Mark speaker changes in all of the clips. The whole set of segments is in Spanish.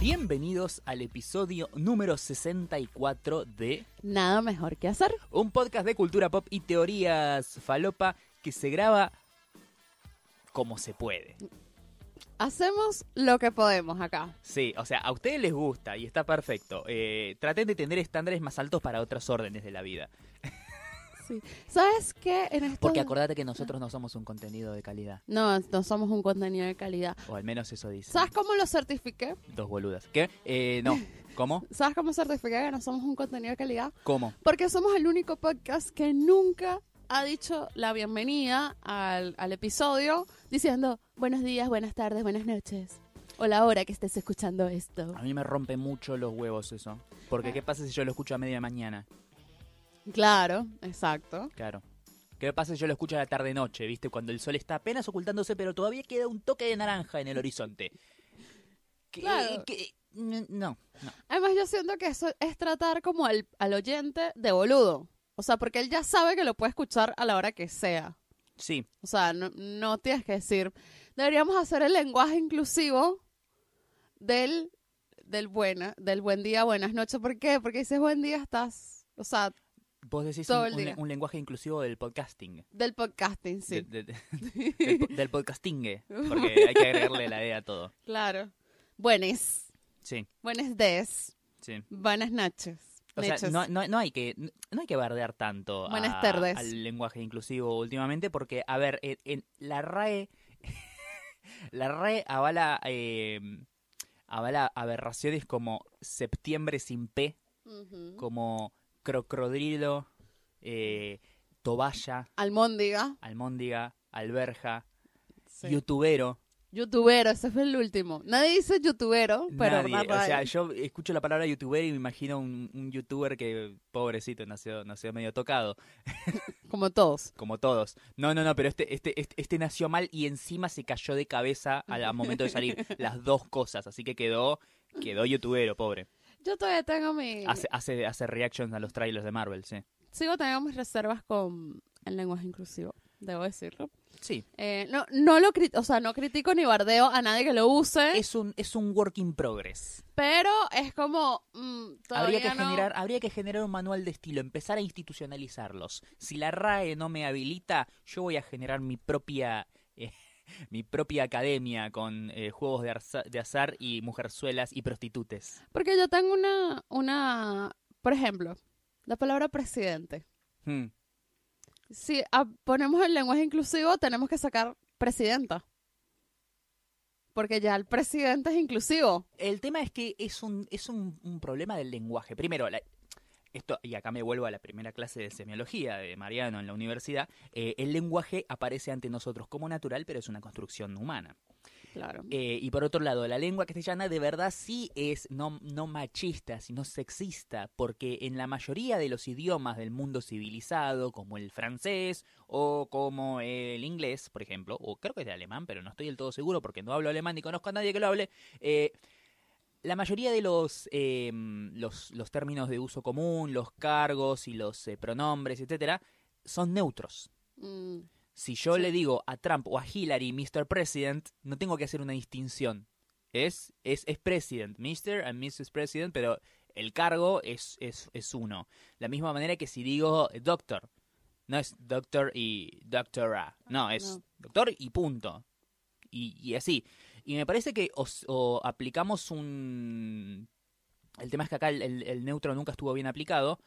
Speaker 1: bienvenidos al episodio número 64 de
Speaker 2: Nada mejor que hacer.
Speaker 1: un podcast de cultura pop y teorías falopa que se graba como se puede.
Speaker 2: Hacemos lo que podemos acá.
Speaker 1: Sí, o sea, a ustedes les gusta y está perfecto. Eh, traten de tener estándares más altos para otros órdenes de la vida.
Speaker 2: Sí. ¿Sabes qué? En estos...
Speaker 1: Porque acordate que nosotros no somos un contenido de calidad.
Speaker 2: No, no somos un contenido de calidad.
Speaker 1: O al menos eso dicen
Speaker 2: ¿Sabes cómo lo certifiqué?
Speaker 1: dos boludas. ¿Qué? Eh, no. ¿Cómo?
Speaker 2: ¿Sabes cómo certifiqué que no somos un contenido de calidad?
Speaker 1: ¿Cómo?
Speaker 2: Porque somos el único podcast que nunca ha dicho la bienvenida al, al episodio diciendo buenos días, buenas tardes, buenas noches. O la hora que estés escuchando esto.
Speaker 1: A mí me rompe mucho los huevos eso. Porque ¿qué pasa si yo lo escucho a media mañana?
Speaker 2: Claro, exacto.
Speaker 1: Claro. ¿Qué pasa si yo lo escucho a la tarde-noche, viste? Cuando el sol está apenas ocultándose, pero todavía queda un toque de naranja en el horizonte. ¿Qué-
Speaker 2: Claro.
Speaker 1: qué- n- No, no.
Speaker 2: Además, yo siento que eso es tratar como al, al oyente de boludo. O sea, porque él ya sabe que lo puede escuchar a la hora que sea.
Speaker 1: Sí,
Speaker 2: O sea, no, no tienes que decir. Deberíamos hacer el lenguaje inclusivo del, del, buena, del buen día, buenas noches. ¿Por qué? Porque dices buen día, estás. O sea,
Speaker 1: vos decís
Speaker 2: Todo
Speaker 1: un,
Speaker 2: el
Speaker 1: un-
Speaker 2: día.
Speaker 1: un lenguaje inclusivo del podcasting.
Speaker 2: del podcasting, sí.
Speaker 1: De- de- de- del, po- del podcastingue. Porque hay que agregarle la E a todo.
Speaker 2: Claro. Buenas.
Speaker 1: Sí,
Speaker 2: Buenas des.
Speaker 1: sí.
Speaker 2: Buenas noches.
Speaker 1: O sea,
Speaker 2: Neches.
Speaker 1: no, no- no hay que, no hay que bardear tanto a-
Speaker 2: Buenas tardes.
Speaker 1: al lenguaje inclusivo últimamente, porque, a ver, en, en la RAE, la RAE avala, eh, avala aberraciones como septiembre sin P,
Speaker 2: Ujú.
Speaker 1: como crocodrilo, eh, toballa,
Speaker 2: Almóndiga.
Speaker 1: almóndiga, alberja,
Speaker 2: Sí.
Speaker 1: youtubero.
Speaker 2: Youtubero, ese fue el último. Nadie dice youtubero, pero
Speaker 1: nadie.
Speaker 2: nada
Speaker 1: O sea,
Speaker 2: hay.
Speaker 1: yo escucho la palabra youtuber y me imagino un, un youtuber que, pobrecito, nació, nació medio tocado.
Speaker 2: como todos.
Speaker 1: como todos. No, no, no, pero este, este, este, este nació mal y encima se cayó de cabeza al, al momento de salir. Las dos cosas, así que quedó, quedó youtubero, pobre.
Speaker 2: Yo todavía tengo mi
Speaker 1: Hace, hace, hace reactions a los trailers de Marvel, sí.
Speaker 2: sigo teniendo mis reservas con el lenguaje inclusivo, debo decirlo.
Speaker 1: Sí.
Speaker 2: Eh, no no lo cri- o sea, no critico ni bardeo a nadie que lo use,
Speaker 1: Es un, es un work in progress.
Speaker 2: pero es como mm, todavía
Speaker 1: Habría que,
Speaker 2: no-
Speaker 1: generar, habría que generar un manual de estilo, empezar a institucionalizarlos. Si la RAE no me habilita, yo voy a generar mi propia, eh, mi propia academia con eh, juegos de, arza- de azar y mujerzuelas y prostitutes.
Speaker 2: porque yo tengo una una, por ejemplo, la palabra presidente.
Speaker 1: Hmm.
Speaker 2: Si ah, ponemos el lenguaje inclusivo, tenemos que sacar presidenta. Porque ya el presidente es inclusivo.
Speaker 1: El tema es que es un, es un, un problema del lenguaje. Primero, la- esto, y acá me vuelvo a la primera clase de semiología de Mariano en la universidad, eh, el lenguaje aparece ante nosotros como natural, pero es una construcción humana.
Speaker 2: Claro.
Speaker 1: Eh, y por otro lado, la lengua castellana de verdad sí es no, no machista, sino sexista, porque en la mayoría de los idiomas del mundo civilizado, como el francés o como el inglés, por ejemplo, o creo que es el alemán, pero no estoy del todo seguro porque no hablo alemán ni conozco a nadie que lo hable, eh, la mayoría de los, eh, los, los términos de uso común, los cargos y los eh, pronombres, etcétera, son neutros.
Speaker 2: Mm.
Speaker 1: Si yo
Speaker 2: Sí.
Speaker 1: le digo a Trump o a Hillary, Mr. President, no tengo que hacer una distinción. Es, es, es President, Mr. and Mrs. President, pero el cargo es, es, es uno. La misma manera que si digo eh, doctor, no es doctor y doctora, no, es
Speaker 2: No.
Speaker 1: doctor y punto. Y, y así. Y me parece que os- o aplicamos un... El tema es que acá el- el- el neutro nunca estuvo bien aplicado.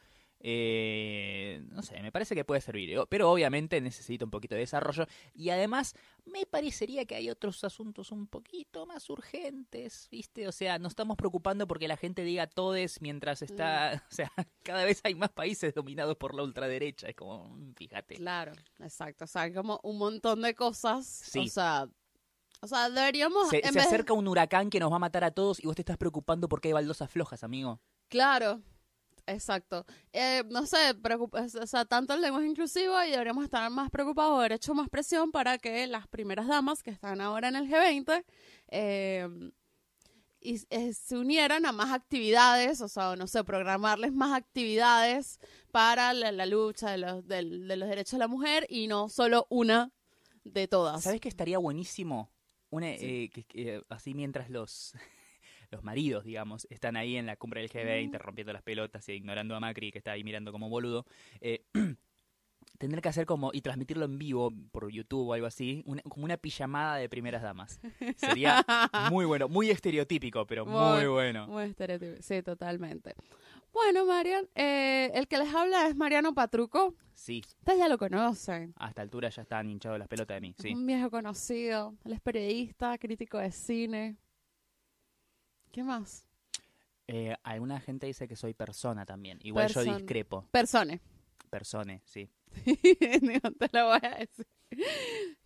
Speaker 1: Eh, no sé, me parece que puede servir, O- pero obviamente necesita un poquito de desarrollo y además me parecería que hay otros asuntos un poquito más urgentes, ¿viste? O sea, nos estamos preocupando porque la gente diga todes mientras
Speaker 2: Mm.
Speaker 1: está, o sea, cada vez hay más países dominados por la ultraderecha, es como, mm, fíjate.
Speaker 2: Claro, exacto. O sea, hay como un montón de cosas.
Speaker 1: Sí.
Speaker 2: O sea, o sea deberíamos.
Speaker 1: Se,
Speaker 2: en
Speaker 1: se
Speaker 2: vez-
Speaker 1: acerca un huracán que nos va a matar a todos y vos te estás preocupando porque hay baldosas flojas, amigo.
Speaker 2: Claro, exacto. Eh, no sé, preocup- o sea, tanto el lenguaje inclusivo y deberíamos estar más preocupados, haber hecho más presión para que las primeras damas que están ahora en el G20 eh, y, eh, se unieran a más actividades, o sea, no sé, programarles más actividades para la, la lucha de los, del- de los derechos de la mujer y no solo una de todas.
Speaker 1: ¿Sabes que estaría buenísimo? Una,
Speaker 2: Sí.
Speaker 1: eh, que- que, eh, así mientras los, los maridos, digamos, están ahí en la cumbre del G20 rompiendo las pelotas e ignorando a Macri, que está ahí mirando como boludo, eh, tendré que hacer como, y transmitirlo en vivo por YouTube o algo así, una- como una pijamada de primeras damas. Sería muy bueno, muy estereotípico, pero muy
Speaker 2: Muy.
Speaker 1: bueno.
Speaker 2: Muy estereotipo. Sí, totalmente. Bueno, Marian, eh, el que les habla es Mariano Patruco.
Speaker 1: Sí,
Speaker 2: Ustedes ya lo conocen.
Speaker 1: a esta altura ya están hinchados las pelotas de mí,
Speaker 2: Es
Speaker 1: sí.
Speaker 2: un viejo conocido. Él es periodista, crítico de cine. ¿Qué más?
Speaker 1: Eh, alguna gente dice que soy persona también. Igual yo
Speaker 2: Persona.
Speaker 1: discrepo.
Speaker 2: Persone.
Speaker 1: Persone, sí.
Speaker 2: Digo, te lo voy a decir.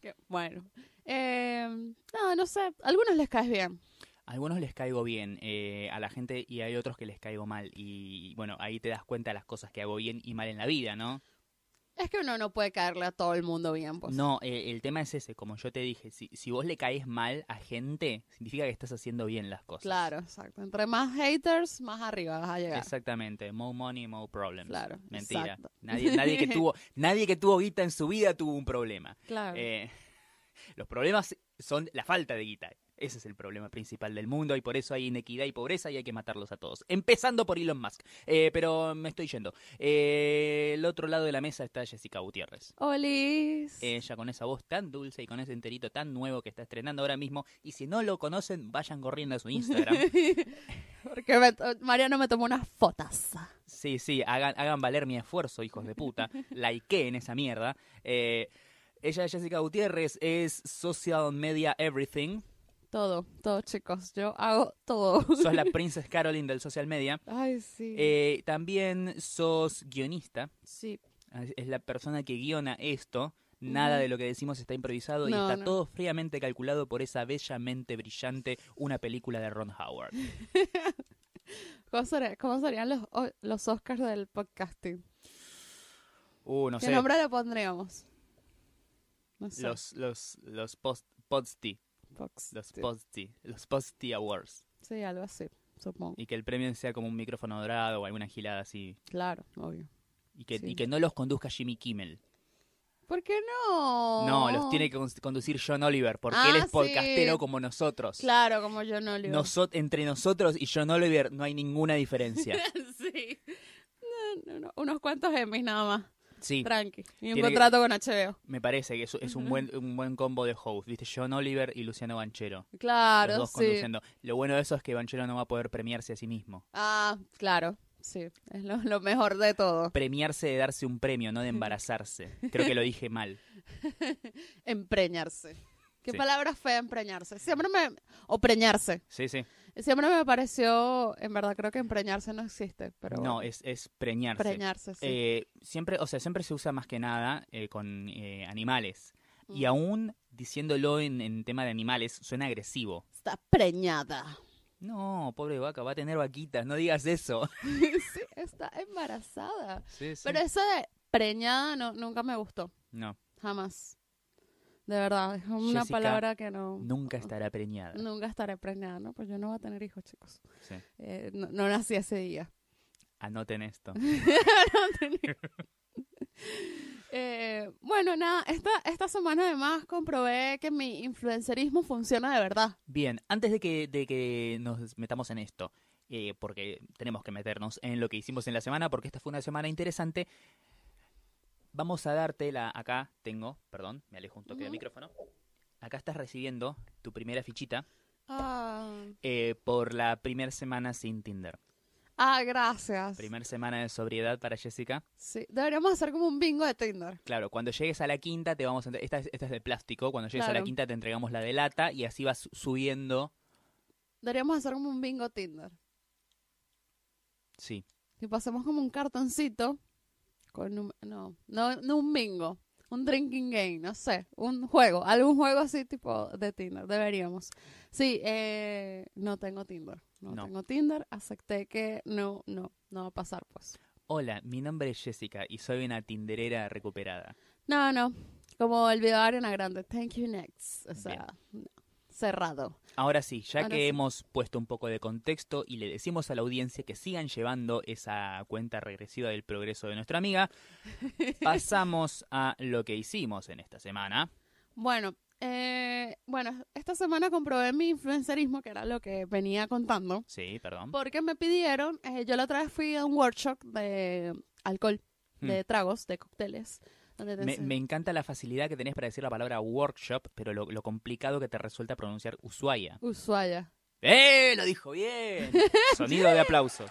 Speaker 2: Que- bueno. Eh, no, no sé. algunos les caes bien.
Speaker 1: A algunos les caigo bien eh, a la gente y hay otros que les caigo mal. Y bueno, ahí te das cuenta de las cosas que hago bien y mal en la vida, ¿no?
Speaker 2: Es que uno no puede caerle a todo el mundo bien, pues.
Speaker 1: No, eh, el tema es ese. Como yo te dije, si, si vos le caes mal a gente, significa que estás haciendo bien las cosas.
Speaker 2: Claro, exacto. Entre más haters, más arriba vas a llegar.
Speaker 1: Exactamente, more money, more problems.
Speaker 2: Claro,
Speaker 1: Mentira.
Speaker 2: exacto.
Speaker 1: Nadie, nadie que tuvo, nadie que tuvo guita en su vida tuvo un problema.
Speaker 2: Claro.
Speaker 1: Eh, los problemas son la falta de guita. Ese es el problema principal del mundo y por eso hay inequidad y pobreza y hay que matarlos a todos. Empezando por Elon Musk. Eh, pero me estoy yendo. Eh, el otro lado de la mesa está Jessica Gutiérrez.
Speaker 2: Olis.
Speaker 1: Ella con esa voz tan dulce y con ese enterito tan nuevo que está estrenando ahora mismo. Y si no lo conocen, vayan corriendo a su Instagram.
Speaker 2: Porque me to- Mariano me tomó unas fotos.
Speaker 1: Sí, sí, hagan, hagan valer mi esfuerzo, hijos de puta. Likeen esa mierda. Eh, ella es Jessica Gutiérrez, es Social Media Everything.
Speaker 2: Todo, todo, chicos. Yo hago todo.
Speaker 1: sos la Princess Caroline del social media.
Speaker 2: Ay, sí.
Speaker 1: Eh, también sos guionista, Ah,
Speaker 2: sí.
Speaker 1: es la persona que guiona esto. Nada
Speaker 2: Ujú.
Speaker 1: de lo que decimos está improvisado y
Speaker 2: No,
Speaker 1: está
Speaker 2: no.
Speaker 1: todo fríamente calculado por esa bellamente brillante una película de Ron Howard.
Speaker 2: ¿Cómo, será- cómo serían los, o- los Oscars del podcasting?
Speaker 1: Uh, no
Speaker 2: ¿Qué
Speaker 1: sé,
Speaker 2: nombre le pondríamos? No sé.
Speaker 1: los los los post, Podsti,
Speaker 2: Fox.
Speaker 1: los
Speaker 2: Sí.
Speaker 1: Podsti, los Podsti Awards
Speaker 2: Sí, algo así, supongo.
Speaker 1: y que el premio sea como un micrófono dorado o alguna gilada así
Speaker 2: Claro, obvio.
Speaker 1: y que
Speaker 2: Sí.
Speaker 1: y que no los conduzca Jimmy Kimmel.
Speaker 2: ¿Por qué no?
Speaker 1: No, los tiene que cons- conducir John Oliver porque
Speaker 2: Oh. Ah,
Speaker 1: él es
Speaker 2: sí.
Speaker 1: podcastero como nosotros.
Speaker 2: Claro, como yo no le
Speaker 1: Noso- entre nosotros y John Oliver no hay ninguna diferencia.
Speaker 2: Sí. No, no, no, Unos cuantos Emmys nada más.
Speaker 1: Sí,
Speaker 2: Tranqui. Y
Speaker 1: que-
Speaker 2: un contrato con HBO.
Speaker 1: me parece que eso es un buen, un buen combo de host, ¿viste? John Oliver y Luciano Banchero. los
Speaker 2: Claro,
Speaker 1: dos
Speaker 2: sí.
Speaker 1: conduciendo. Lo bueno de eso es que Banchero no va a poder premiarse a sí mismo.
Speaker 2: Ah, claro. Sí. Es lo, lo mejor de todo.
Speaker 1: Premiarse de darse un premio, no de embarazarse. Creo que lo dije mal.
Speaker 2: Empreñarse. Qué
Speaker 1: Sí.
Speaker 2: palabra fea, empreñarse. Siempre me. O preñarse.
Speaker 1: Sí, sí.
Speaker 2: Siempre me pareció. En verdad, creo que empreñarse no existe. Pero
Speaker 1: no,
Speaker 2: bueno,
Speaker 1: es, es preñarse.
Speaker 2: preñarse, sí.
Speaker 1: Eh, siempre, o sea, siempre se usa más que nada eh, con eh, animales. Y
Speaker 2: Mm.
Speaker 1: aún diciéndolo en, en tema de animales, suena agresivo.
Speaker 2: Está preñada.
Speaker 1: No, pobre vaca, va a tener vaquitas, no digas eso.
Speaker 2: sí, está embarazada. Pero eso de preñada no, nunca me gustó.
Speaker 1: No,
Speaker 2: Jamás. De verdad, es una
Speaker 1: Jessica,
Speaker 2: palabra que no.
Speaker 1: nunca estará preñada.
Speaker 2: Nunca estaré preñada, ¿no? Pues yo no voy a tener hijos, chicos.
Speaker 1: Sí.
Speaker 2: Eh, no, no nací ese día.
Speaker 1: Anoten esto.
Speaker 2: Eh, bueno, nada, esta, esta semana además comprobé que mi influencerismo funciona de verdad.
Speaker 1: Bien, antes de que, de que nos metamos en esto, eh, porque tenemos que meternos en lo que hicimos en la semana, porque esta fue una semana interesante, vamos a darte la... Acá tengo, perdón, me alejo un toque del
Speaker 2: Ujú.
Speaker 1: micrófono. Acá estás recibiendo tu primera fichita
Speaker 2: Ah,
Speaker 1: eh, por la primera semana sin Tinder.
Speaker 2: ah, gracias.
Speaker 1: Primer semana de sobriedad para Jessica.
Speaker 2: Sí, deberíamos hacer como un bingo de Tinder.
Speaker 1: Claro, cuando llegues a la quinta te vamos a entre- esta, es- esta es de plástico, cuando llegues a la
Speaker 2: Claro.
Speaker 1: quinta te entregamos la de lata y así vas subiendo.
Speaker 2: Deberíamos hacer como un bingo Tinder.
Speaker 1: Sí,
Speaker 2: Y pasemos como un cartoncito con un- no, no, no un bingo, un drinking game, no sé, un juego, algún juego así tipo de Tinder, deberíamos. Sí, eh, no tengo Tinder, no,
Speaker 1: No.
Speaker 2: tengo Tinder, acepté que no, no, no va a pasar pues.
Speaker 1: Hola, mi nombre es Jessica y soy una tinderera recuperada.
Speaker 2: No, no, como el video de Ariana Grande, thank you next, o sea, no, cerrado.
Speaker 1: Ahora sí, ya
Speaker 2: Ahora
Speaker 1: que
Speaker 2: sí.
Speaker 1: hemos puesto un poco de contexto y le decimos a la audiencia que sigan llevando esa cuenta regresiva del progreso de nuestra amiga, pasamos a lo que hicimos en esta semana.
Speaker 2: Bueno, eh, bueno, esta semana comprobé mi influencerismo, que era lo que venía contando,
Speaker 1: Sí, perdón.
Speaker 2: porque me pidieron, eh, yo la otra vez fui a un workshop de alcohol, de tragos, de cócteles. Donde te
Speaker 1: Me,
Speaker 2: enseñan-
Speaker 1: me encanta la facilidad que tenés para decir la palabra workshop, pero lo, lo complicado que te resulta pronunciar Ushuaia.
Speaker 2: Ushuaia.
Speaker 1: ¡Eh! Lo dijo bien. Sonido de aplausos.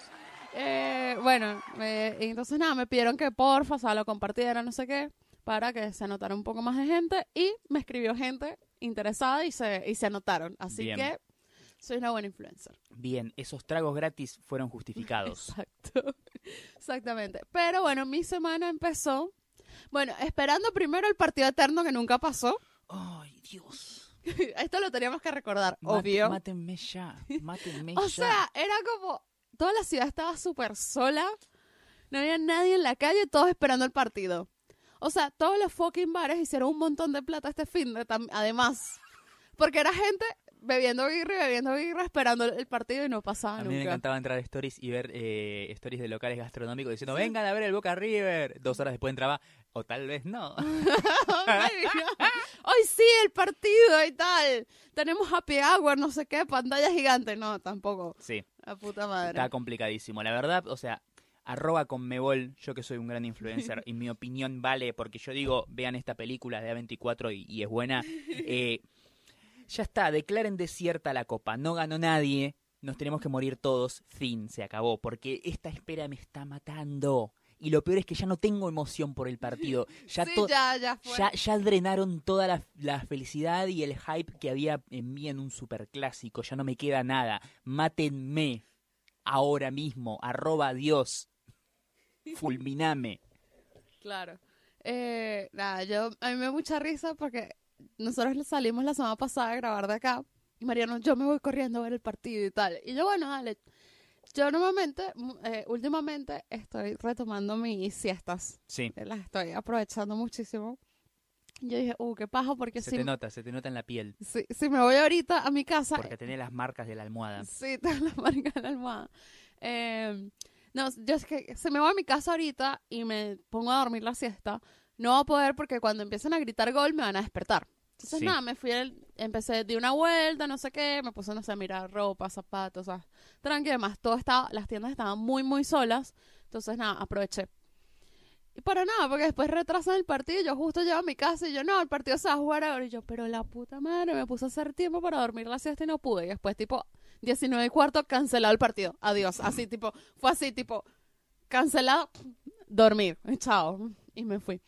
Speaker 2: Eh, bueno, eh, y entonces nada, me pidieron que porfa, o sea, lo compartiera, no sé qué, para que se anotara un poco más de gente y me escribió gente interesada y se, y se anotaron. Así
Speaker 1: Bien.
Speaker 2: que soy una buena influencer.
Speaker 1: Bien, esos tragos gratis fueron justificados.
Speaker 2: Exacto. Exactamente. Pero bueno, mi semana empezó. Bueno, esperando primero el partido eterno que nunca pasó.
Speaker 1: ¡Ay, Dios!
Speaker 2: Esto lo teníamos que recordar,
Speaker 1: Mate-
Speaker 2: obvio.
Speaker 1: Mátenme ya. Mátenme ya.
Speaker 2: O sea, era como. Toda la ciudad estaba súper sola. No había nadie en la calle, todos esperando el partido. O sea, todos los fucking bares hicieron un montón de plata este fin de tam- además. Porque era gente bebiendo birra y bebiendo birra esperando el partido y no
Speaker 1: a
Speaker 2: pasaba
Speaker 1: mí
Speaker 2: nunca.
Speaker 1: me encantaba entrar a stories y ver eh, stories de locales gastronómicos diciendo, vengan a ver el Boca River. Dos horas después entraba, o tal vez no.
Speaker 2: Ah. Ay, no. Hoy sí, el partido y tal. Tenemos happy hour, no sé qué, pantalla gigante. No, tampoco.
Speaker 1: Sí.
Speaker 2: La puta madre.
Speaker 1: Está complicadísimo. La verdad, o sea, arroba conmebol, yo que soy un gran influencer y mi opinión vale porque yo digo, vean esta película de A24 y, y es buena. Eh, ya está, declaren desierta la copa, no ganó nadie, nos tenemos que morir todos, fin, se acabó, porque esta espera me está matando. Y lo peor es que ya no tengo emoción por el partido. Ya,
Speaker 2: sí,
Speaker 1: to-
Speaker 2: ya, ya fue.
Speaker 1: ya, ya drenaron toda la, la felicidad y el hype que había en mí en un superclásico. Ya no me queda nada. Mátenme ahora mismo. Arroba Dios. Fulminame.
Speaker 2: Claro. Eh, nada, yo, a mí me da mucha risa porque nosotros salimos la semana pasada a grabar de acá y Mariano, yo me voy corriendo a ver el partido y tal. Y yo, bueno, dale. Yo normalmente, mm, eh, últimamente estoy retomando mis siestas.
Speaker 1: Sí.
Speaker 2: Eh, Las estoy aprovechando muchísimo. Yo dije, uh, qué paja, porque
Speaker 1: Se
Speaker 2: si,
Speaker 1: te nota, se te nota en la piel.
Speaker 2: si, si me voy ahorita a mi casa, eh,
Speaker 1: Porque tenés las marcas de la almohada.
Speaker 2: Sí, todas las marcas de la almohada. Eh, no, yo es que se me va a mi casa ahorita y me pongo a dormir la siesta. No va a poder porque cuando empiezan a gritar gol me van a despertar. Entonces,
Speaker 1: Sí.
Speaker 2: nada, me fui, al- empecé, di una vuelta, no sé qué, me puse, no sé, a mirar ropa, zapatos, o sea, tranqui, además, todo estaba, las tiendas estaban muy, muy solas. Entonces, nada, aproveché. Y para nada, porque después retrasan el partido. Yo justo llego a mi casa y yo, no, el partido se va a jugar ahora. Y yo, pero la puta madre, me puse a hacer tiempo para dormir la siesta y no pude. Y después, tipo, 19 y cuarto, cancelado el partido. Adiós. Así, tipo, fue así, tipo, cancelado, dormir. Chao. Y me fui.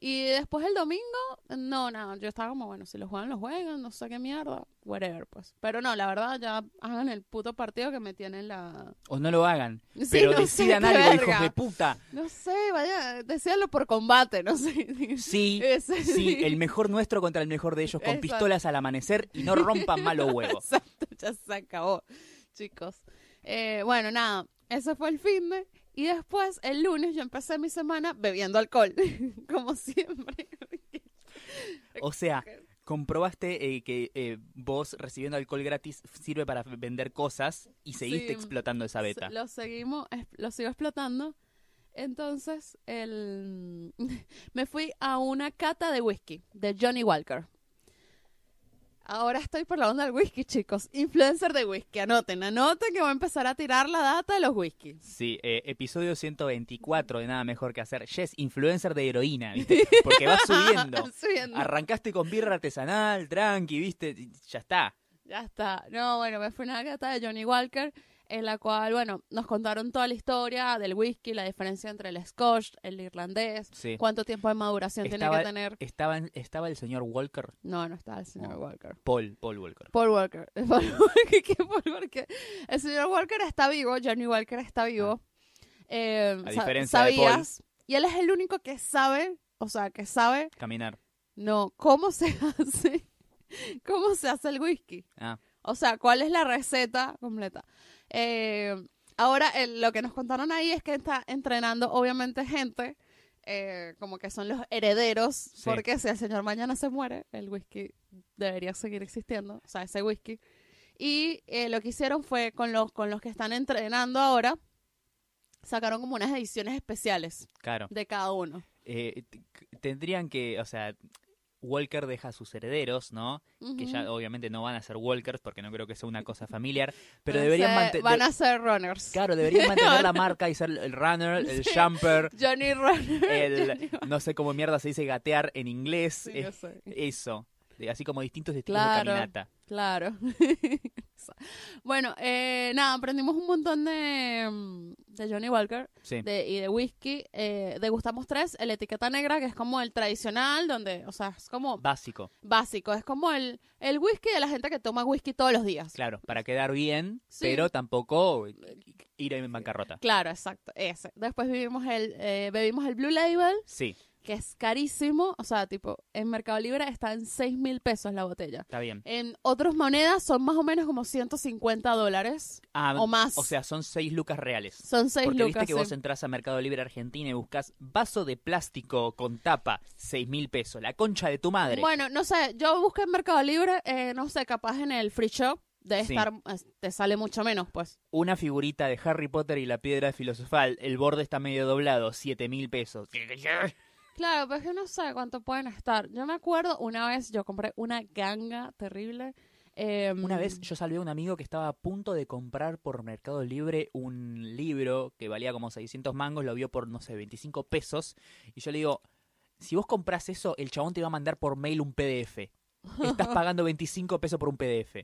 Speaker 2: Y después el domingo, no, nada. Yo estaba como, bueno, si lo juegan, lo juegan, no sé qué mierda, whatever, pues. Pero no, la verdad, ya hagan el puto partido que me tienen la.
Speaker 1: O no lo hagan.
Speaker 2: Sí,
Speaker 1: pero
Speaker 2: no sé,
Speaker 1: decidan
Speaker 2: qué
Speaker 1: algo, hijos
Speaker 2: verga.
Speaker 1: de puta.
Speaker 2: No sé, vaya, decíanlo por combate, no sé.
Speaker 1: Sí.
Speaker 2: Ese-
Speaker 1: Sí, el mejor nuestro contra el mejor de ellos, con
Speaker 2: Exacto.
Speaker 1: pistolas al amanecer y no rompan malos huevos.
Speaker 2: Exacto, ya se acabó, chicos. Eh, bueno, nada, ese fue el fin de. Y después, el lunes, yo empecé mi semana bebiendo alcohol, como siempre.
Speaker 1: O sea, comprobaste eh, que eh, vos recibiendo alcohol gratis sirve para vender cosas y seguiste
Speaker 2: Sí.
Speaker 1: explotando esa beta.
Speaker 2: Lo seguimos, es- lo sigo explotando. Entonces, el... me fui a una cata de whisky de Johnny Walker. Ahora estoy por la onda del whisky, chicos. Influencer de whisky. Anoten, anoten que voy a empezar a tirar la data de los whisky.
Speaker 1: Sí, eh, episodio 124 de Nada Mejor que Hacer. Jess, influencer de heroína, ¿viste? Porque vas subiendo.
Speaker 2: Subiendo.
Speaker 1: Arrancaste con birra artesanal, tranqui, ¿viste? Y Ya está.
Speaker 2: Ya está. No, bueno, me fue una cata de Johnny Walker, en la cual, bueno, nos contaron toda la historia del whisky, la diferencia entre el scotch, el irlandés,
Speaker 1: Sí.
Speaker 2: cuánto tiempo de maduración tiene
Speaker 1: Estaba-
Speaker 2: que tener.
Speaker 1: Estaba, estaba el señor Walker,
Speaker 2: No, no está el señor
Speaker 1: No.
Speaker 2: Walker.
Speaker 1: Paul, Paul Walker.
Speaker 2: Paul Walker. Paul Walker, ¿qué Paul Walker? El señor Walker está vivo, Johnny Walker está vivo. Eh,
Speaker 1: Ah. A
Speaker 2: sa-
Speaker 1: diferencia de Paul.
Speaker 2: Y él es el único que sabe, o sea, que sabe,
Speaker 1: Caminar.
Speaker 2: no, cómo se hace, cómo se hace el whisky.
Speaker 1: Ah,
Speaker 2: O sea, ¿cuál es la receta completa? Eh, ahora, el- lo que nos contaron ahí es que está entrenando, obviamente, gente, eh, como que son los herederos, porque si el señor mañana se muere, el whisky debería seguir existiendo, o sea, ese whisky. Y eh, lo que hicieron fue con los, con los que están entrenando ahora, sacaron como unas ediciones especiales
Speaker 1: claro.
Speaker 2: de cada uno.
Speaker 1: Eh, t- c- tendrían que, o sea, Walker deja a sus herederos, ¿no? Que ya obviamente no van a ser Walkers porque no creo que sea una cosa familiar, pero deberían mantener...
Speaker 2: mantener. Van a ser runners.
Speaker 1: Claro, deberían mantener la marca y ser el runner, el
Speaker 2: Sí.
Speaker 1: jumper,
Speaker 2: Johnny Runner.
Speaker 1: el...
Speaker 2: Johnny-
Speaker 1: No sé cómo mierda se dice gatear en inglés.
Speaker 2: Sí,
Speaker 1: eh,
Speaker 2: no sé.
Speaker 1: Eso. De- Así como distintos estilos
Speaker 2: Claro.
Speaker 1: de caminata.
Speaker 2: Claro. bueno, eh, nada, aprendimos un montón de, mm, de Johnny Walker
Speaker 1: Sí.
Speaker 2: de- y de whisky. Eh, degustamos tres, el etiqueta negra, que es como el tradicional, donde, o sea, es como
Speaker 1: Básico,
Speaker 2: básico, es como el, el whisky de la gente que toma whisky todos los días.
Speaker 1: claro, para quedar bien,
Speaker 2: Sí. Eh,
Speaker 1: pero tampoco ir en bancarrota.
Speaker 2: Claro, exacto, ese. Después vivimos el, eh, bebimos el Blue Label,
Speaker 1: Sí,
Speaker 2: que es carísimo, o sea, tipo, en Mercado Libre está en 6 mil pesos la botella.
Speaker 1: está bien.
Speaker 2: En otras monedas son más o menos como 150 dólares.
Speaker 1: Ah,
Speaker 2: O más.
Speaker 1: O sea, son seis lucas reales.
Speaker 2: Son 6
Speaker 1: Porque
Speaker 2: lucas.
Speaker 1: viste que
Speaker 2: sí.
Speaker 1: vos entras a Mercado Libre Argentina y buscas vaso de plástico con tapa, seis mil pesos, la concha de tu madre.
Speaker 2: Bueno, no sé, yo busqué en Mercado Libre, eh, no sé, capaz en el free shop debe
Speaker 1: Sí.
Speaker 2: estar, eh, te sale mucho menos, pues.
Speaker 1: Una figurita de Harry Potter y la piedra filosofal, el borde está medio doblado, siete mil pesos.
Speaker 2: Claro, pero es que no sé cuánto pueden estar. Yo me acuerdo una vez yo compré una ganga terrible. eh,
Speaker 1: Una vez yo salvé a un amigo que estaba a punto de comprar por Mercado Libre un libro que valía como 600 mangos, lo vio por, no sé, 25 pesos. Y yo le digo, si vos compras eso, el chabón te va a mandar por mail un PDF. Estás pagando 25 pesos por un PDF.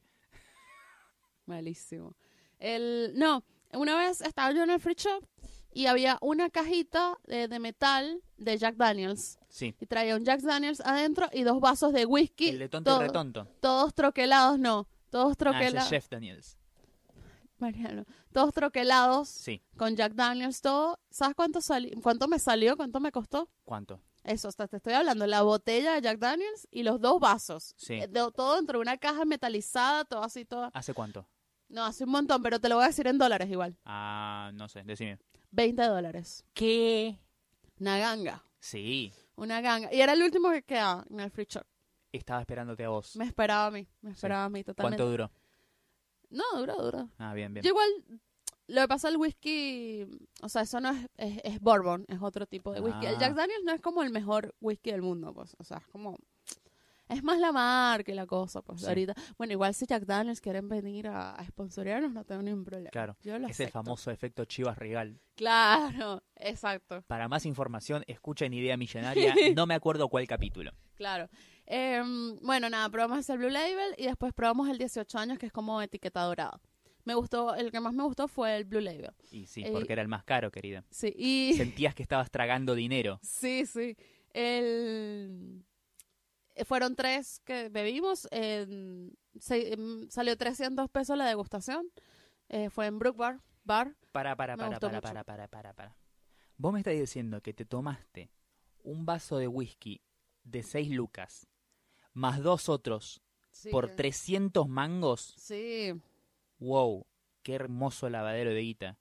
Speaker 2: Malísimo. El, no, una vez estaba yo en el free shop y había una cajita eh, de metal de Jack Daniels.
Speaker 1: Sí.
Speaker 2: Y traía un Jack Daniels adentro y dos vasos de whisky.
Speaker 1: El de tonto
Speaker 2: todo-
Speaker 1: y retonto.
Speaker 2: Todos troquelados, no.
Speaker 1: Ah, ese
Speaker 2: Todos
Speaker 1: es
Speaker 2: troquelados.
Speaker 1: Jeff Daniels.
Speaker 2: Mariano, todos troquelados
Speaker 1: Sí.
Speaker 2: con Jack Daniels, todo. ¿Sabes cuánto, sali- cuánto me salió? ¿Cuánto me costó?
Speaker 1: ¿Cuánto?
Speaker 2: Eso, hasta te estoy hablando, la botella de Jack Daniels y los dos vasos.
Speaker 1: Sí.
Speaker 2: Eh, de- todo dentro de una caja metalizada, todo así, todo.
Speaker 1: ¿Hace cuánto?
Speaker 2: No, hace un montón, pero te lo voy a decir en dólares igual.
Speaker 1: Ah, no sé, decime.
Speaker 2: 20 dólares.
Speaker 1: ¿Qué?
Speaker 2: Una ganga.
Speaker 1: Sí,
Speaker 2: Una ganga. Y era el último que quedaba en el free shop.
Speaker 1: estaba esperándote a vos.
Speaker 2: Me esperaba a mí. Me esperaba a mí totalmente.
Speaker 1: ¿Cuánto duró?
Speaker 2: No, duró, duró.
Speaker 1: Ah, bien, bien.
Speaker 2: Yo igual, lo que pasa al whisky, o sea, eso no es, es, es bourbon, es otro tipo de whisky. El
Speaker 1: Ah.
Speaker 2: Jack Daniels no es como el mejor whisky del mundo, pues, o sea, es como... Es más la marca y la cosa, pues
Speaker 1: Sí.
Speaker 2: ahorita. Bueno, igual si Jack Daniels quieren venir a, a sponsorearnos, no tengo ningún problema.
Speaker 1: Claro.
Speaker 2: Yo lo
Speaker 1: Es el
Speaker 2: acepto.
Speaker 1: famoso efecto Chivas Regal.
Speaker 2: Claro, exacto,
Speaker 1: Para más información, escuchen Idea Millonaria. No me acuerdo cuál capítulo.
Speaker 2: claro. Em, bueno, nada, probamos el Blue Label y después probamos el 18 años, que es como etiqueta dorada. Me gustó, el que más me gustó fue el Blue Label.
Speaker 1: Y sí,
Speaker 2: Eh,
Speaker 1: porque era el más caro, querida.
Speaker 2: Sí, y...
Speaker 1: Sentías que estabas tragando dinero.
Speaker 2: Sí, sí. El... eh, Fueron tres que bebimos. en- se- em, Salió 300 pesos la degustación. Eh, fue en Brook Bar. Bar.
Speaker 1: Para, para,
Speaker 2: Me
Speaker 1: para,
Speaker 2: gustó
Speaker 1: para,
Speaker 2: mucho.
Speaker 1: para, para, para, para. Vos me estás diciendo que te tomaste un vaso de whisky de 6 lucas, más dos otros, por 300 mangos.
Speaker 2: Sí.
Speaker 1: Wow, qué hermoso lavadero de guita.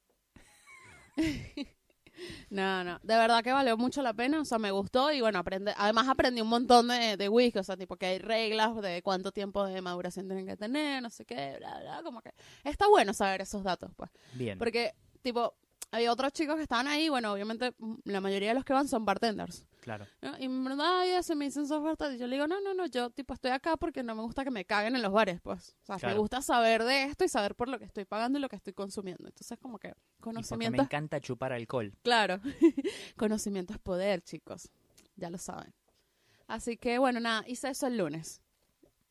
Speaker 2: No, no. De verdad que valió mucho la pena. O sea, me gustó y bueno, aprende... además aprendí un montón de, de whisky. O sea, tipo que hay reglas de cuánto tiempo de maduración tienen que tener, no sé qué, bla, bla. Como que está bueno saber esos datos, pues.
Speaker 1: Bien.
Speaker 2: Porque, tipo, había otros chicos que estaban ahí. Bueno, obviamente m- la mayoría de los que van son bartenders.
Speaker 1: Claro.
Speaker 2: ¿no? Y en verdad, ay, eso me dicen software Y yo le digo, no, no, no, yo tipo estoy acá porque no me gusta que me caguen en los bares, pues. O sea, me
Speaker 1: Claro.
Speaker 2: gusta saber de esto y saber por lo que estoy pagando y lo que estoy consumiendo. Entonces, como que
Speaker 1: Y porque me
Speaker 2: conocimiento es-
Speaker 1: encanta chupar alcohol.
Speaker 2: claro. conocimiento es poder, chicos. Ya lo saben. Así que, bueno, nada, hice eso el lunes.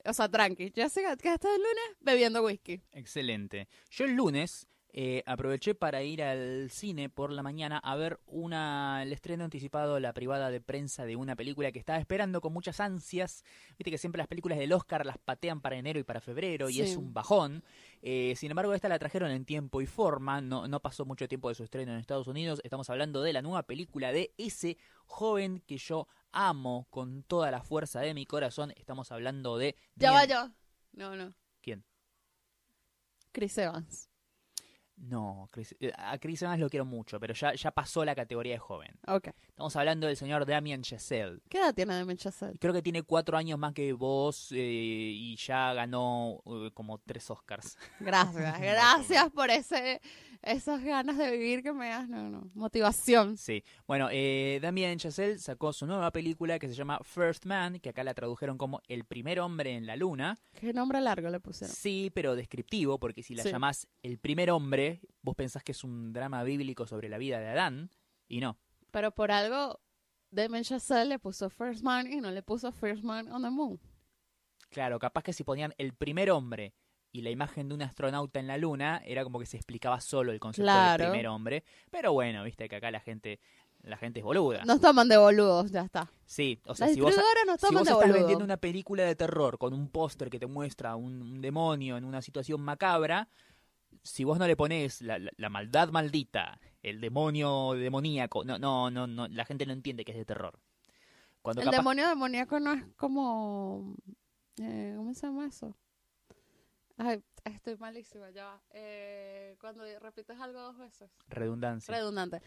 Speaker 2: O sea, tranqui. Ya sé que hasta el lunes bebiendo whisky.
Speaker 1: Excelente. Yo el lunes eh, aproveché para ir al cine por la mañana a ver una, el estreno anticipado, la privada de prensa de una película que estaba esperando con muchas ansias. Viste que siempre las películas del Oscar las patean para enero y para febrero y
Speaker 2: Sí.
Speaker 1: es un bajón. Eh, sin embargo, esta la trajeron en tiempo y forma. No, no pasó mucho tiempo de su estreno en Estados Unidos. Estamos hablando de la nueva película de ese joven que yo amo con toda la fuerza de mi corazón. Estamos hablando de...
Speaker 2: Ya
Speaker 1: Dien-
Speaker 2: va yo. No, no.
Speaker 1: ¿Quién?
Speaker 2: Chris Evans.
Speaker 1: No, Chris- eh, a Chris Evans lo quiero mucho, pero ya, ya pasó la categoría de joven.
Speaker 2: Ok.
Speaker 1: Estamos hablando del señor Damien Chazelle.
Speaker 2: ¿Qué edad tiene Damien Chazelle?
Speaker 1: Creo que tiene cuatro años más que vos eh, y ya ganó eh, como tres Oscars.
Speaker 2: Gracias, gracias por ese, esas ganas de vivir que me das. No, no, motivación.
Speaker 1: Sí. Bueno, eh, Damien Chazelle sacó su nueva película que se llama First Man, que acá la tradujeron como El primer hombre en la luna.
Speaker 2: Qué nombre largo le pusieron.
Speaker 1: Sí, pero descriptivo, porque si la
Speaker 2: Sí.
Speaker 1: llamás El primer hombre, vos pensás que es un drama bíblico sobre la vida de Adán, y no.
Speaker 2: Pero por algo, Damien Chazelle le puso First Man y no le puso First Man on the Moon.
Speaker 1: Claro, capaz que si ponían El primer hombre y la imagen de un astronauta en la luna, era como que se explicaba solo el concepto
Speaker 2: Claro.
Speaker 1: del primer hombre. Pero bueno, viste que acá la gente, la gente es boluda.
Speaker 2: Nos toman de boludos, ya está.
Speaker 1: Sí, o sea,
Speaker 2: Las
Speaker 1: si vos...
Speaker 2: distribuidoras nos
Speaker 1: Si
Speaker 2: toman
Speaker 1: vos
Speaker 2: de
Speaker 1: estás
Speaker 2: boludos.
Speaker 1: vendiendo una película de terror con un póster que te muestra un, un demonio en una situación macabra, si vos no le pones la, la- la maldad maldita, el demonio demoníaco, no, no, no, no, la gente no entiende que es de terror. Cuando
Speaker 2: El
Speaker 1: capaz-
Speaker 2: demonio demoníaco no es como. eh, ¿Cómo se llama eso? Ay, estoy malísima, ya va. Eh, cuando repites algo dos veces.
Speaker 1: redundancia.
Speaker 2: Redundante.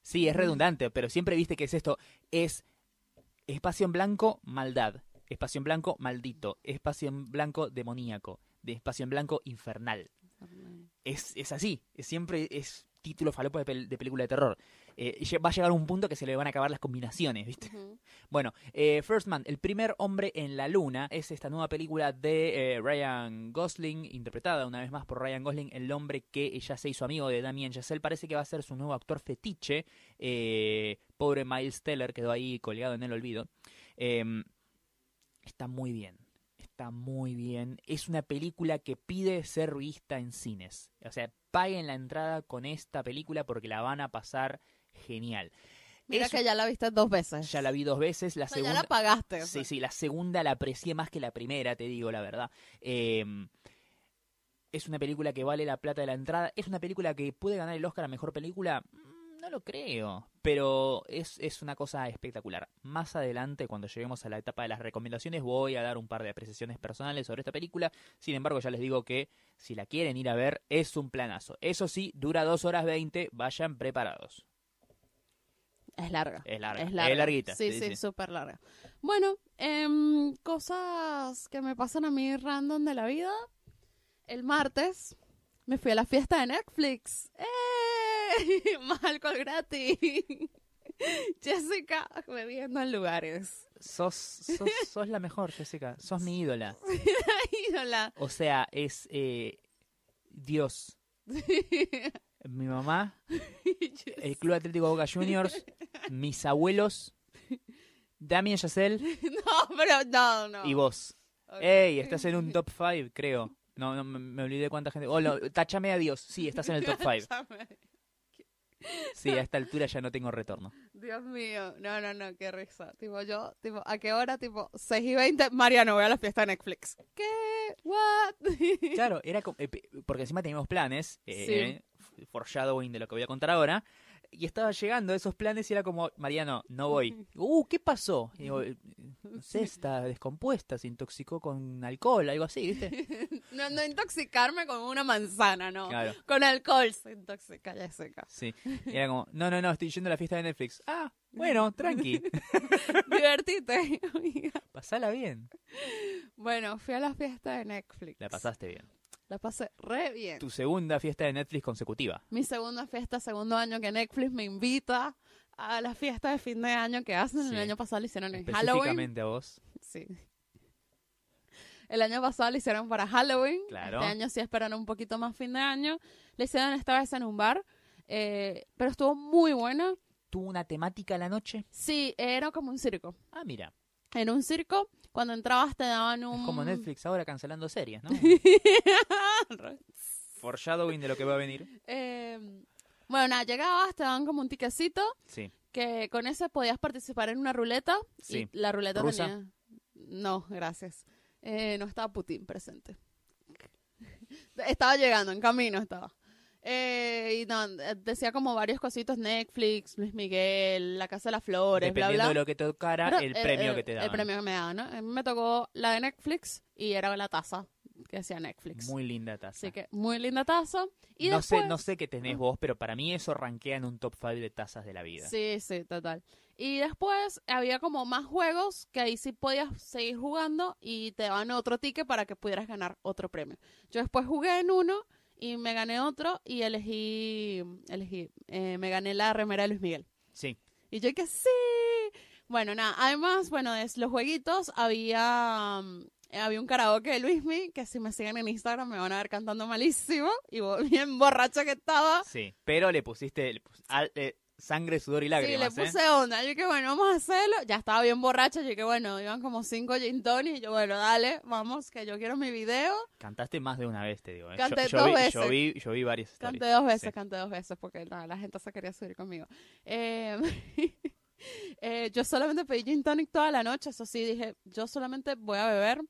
Speaker 1: sí, es redundante, pero siempre viste que es esto, es espacio en blanco, maldad, espacio en blanco, maldito, espacio en blanco, demoníaco, de espacio en blanco, infernal. es, es así. Es siempre es título falopa de, pel- de película de terror. Eh, lle- va a llegar un punto que se le van a acabar las combinaciones, ¿viste?
Speaker 2: Ujú.
Speaker 1: Bueno, eh, First Man, el primer hombre en la luna, es esta nueva película de eh, Ryan Gosling, interpretada una vez más por Ryan Gosling, el hombre que ya se hizo amigo de Damien Chazelle, parece que va a ser su nuevo actor fetiche. Eh, pobre Miles Teller quedó ahí colgado en el olvido. Em, está muy bien. Está muy bien. Es una película que pide ser vista en cines. O sea, paguen la entrada con esta película porque la van a pasar genial.
Speaker 2: Mira
Speaker 1: Es-
Speaker 2: que ya la viste dos veces.
Speaker 1: Ya la vi dos veces. La
Speaker 2: O sea,
Speaker 1: segunda.
Speaker 2: ya la pagaste. o sea.
Speaker 1: Sí, sí, la segunda la aprecié más que la primera, te digo la verdad. Eh, es una película que vale la plata de la entrada. Es una película que puede ganar el Oscar a mejor película. Mm, No lo creo, pero es, es una cosa espectacular. Más adelante, cuando lleguemos a la etapa de las recomendaciones, voy a dar un par de apreciaciones personales sobre esta película. Sin embargo, ya les digo que si la quieren ir a ver, es un planazo. Eso sí, dura dos horas 20, vayan preparados.
Speaker 2: Es larga.
Speaker 1: Es larga, es larguita,
Speaker 2: Sí,
Speaker 1: sí,
Speaker 2: sí,
Speaker 1: sí.
Speaker 2: súper larga. Bueno, em, cosas que me pasan a mí random de la vida. El martes me fui a la fiesta de Netflix. ¡Eh! Más alcohol gratis. Jessica bebiendo en lugares.
Speaker 1: Sos, sos, sos la mejor, Jessica. Sos mi ídola.
Speaker 2: Ídola.
Speaker 1: O sea, es eh, Dios. Mi mamá, el Club Atlético Boca Juniors, mis abuelos, Damien Chazelle
Speaker 2: no, pero no, no.
Speaker 1: y vos.
Speaker 2: Ok.
Speaker 1: Ey, estás en un top 5, creo. No, no, me, me olvidé cuánta gente. Hola, tachame a Dios. Sí, estás en el top 5. Sí, a esta altura ya no tengo retorno.
Speaker 2: Dios mío, no, no, no, qué risa. Tipo, yo, tipo, ¿a qué hora? Tipo, 6 y 20, Mariano, voy a la fiesta de Netflix. ¿Qué? ¿What?
Speaker 1: Claro, era como- eh, pe- porque encima teníamos planes, eh, foreshadowing de lo que voy a contar ahora, y estaba llegando a esos planes y era como, Mariano, no voy. Uh, ¿qué pasó? Y digo, eh, no sé, está descompuesta, se intoxicó con alcohol, algo así, ¿viste?
Speaker 2: No, no intoxicarme con una manzana, no.
Speaker 1: Claro,
Speaker 2: Con alcohol se intoxica, Jessica.
Speaker 1: sí. Y era como, no, no, no, estoy yendo a la fiesta de Netflix. Ah, bueno, tranqui,
Speaker 2: Divertite, amiga.
Speaker 1: pasala bien.
Speaker 2: Bueno, fui a la fiesta de Netflix.
Speaker 1: La pasaste bien.
Speaker 2: La pasé re bien.
Speaker 1: Tu segunda fiesta de Netflix consecutiva.
Speaker 2: Mi segunda fiesta, segundo año que Netflix me invita a la fiesta de fin de año que hacen.
Speaker 1: Sí.
Speaker 2: El año pasado lo hicieron en Halloween.
Speaker 1: Específicamente a vos.
Speaker 2: Sí. El año pasado le hicieron para Halloween.
Speaker 1: Claro.
Speaker 2: Este año sí esperan un poquito más fin de año. Le hicieron esta vez en un bar. eh, pero estuvo muy buena.
Speaker 1: ¿Tuvo una temática la noche?
Speaker 2: Sí, era como un circo.
Speaker 1: Ah, mira,
Speaker 2: En un circo, cuando entrabas te daban un...
Speaker 1: es como Netflix ahora cancelando series, ¿no? Foreshadowing de lo que va a venir.
Speaker 2: Eh, bueno, nada, llegabas, te daban como un tiquecito
Speaker 1: Sí.
Speaker 2: que con ese podías participar en una ruleta.
Speaker 1: Sí.
Speaker 2: Y la ruleta
Speaker 1: ¿Rusa?
Speaker 2: tenía- No, gracias. Eh, no estaba Putin presente. estaba llegando, en camino estaba. Eh, y no, eh, decía como varios cositos, Netflix, Luis Miguel, La Casa de las Flores, bla,
Speaker 1: Dependiendo
Speaker 2: bla.
Speaker 1: de lo que te tocara,
Speaker 2: Pero,
Speaker 1: el
Speaker 2: eh,
Speaker 1: premio
Speaker 2: eh,
Speaker 1: que te daban.
Speaker 2: El premio que me daban, ¿no? A mí me tocó la de Netflix y era la taza que hacía Netflix.
Speaker 1: Muy linda taza.
Speaker 2: Así que muy linda taza. Y
Speaker 1: no,
Speaker 2: después...
Speaker 1: sé, no sé qué tenés vos, pero para mí eso rankea en un top 5 de tazas de la vida.
Speaker 2: Sí, sí, total. Y después había como más juegos que ahí sí podías seguir jugando y te daban otro ticket para que pudieras ganar otro premio. Yo después jugué en uno y me gané otro y elegí, elegí, eh, me gané la remera de Luis Miguel.
Speaker 1: Sí.
Speaker 2: Y yo que sí. Bueno, nada, además, bueno, es los jueguitos, había, mm, había un karaoke de Luismi, que si me siguen en Instagram me van a ver cantando malísimo, y bo- bien borracha que estaba.
Speaker 1: Sí, pero le pusiste le pus- al- eh, sangre, sudor y
Speaker 2: Sí, le
Speaker 1: lágrimas. ¿eh?
Speaker 2: puse onda. Yo que bueno, vamos a hacerlo. Ya estaba bien borracha. Yo que bueno, iban como cinco gin tonics, Y yo, bueno, dale, vamos, que yo quiero mi video.
Speaker 1: Cantaste más de una vez, te digo. ¿eh?
Speaker 2: Canté
Speaker 1: yo, yo
Speaker 2: dos
Speaker 1: vi,
Speaker 2: veces.
Speaker 1: Yo vi, yo vi varias stories.
Speaker 2: Canté dos veces,
Speaker 1: Sí.
Speaker 2: canté dos veces, porque nada, la gente se quería subir conmigo. Eh, eh, yo solamente pedí gin tonic toda la noche. Eso sí, dije, yo solamente voy a beber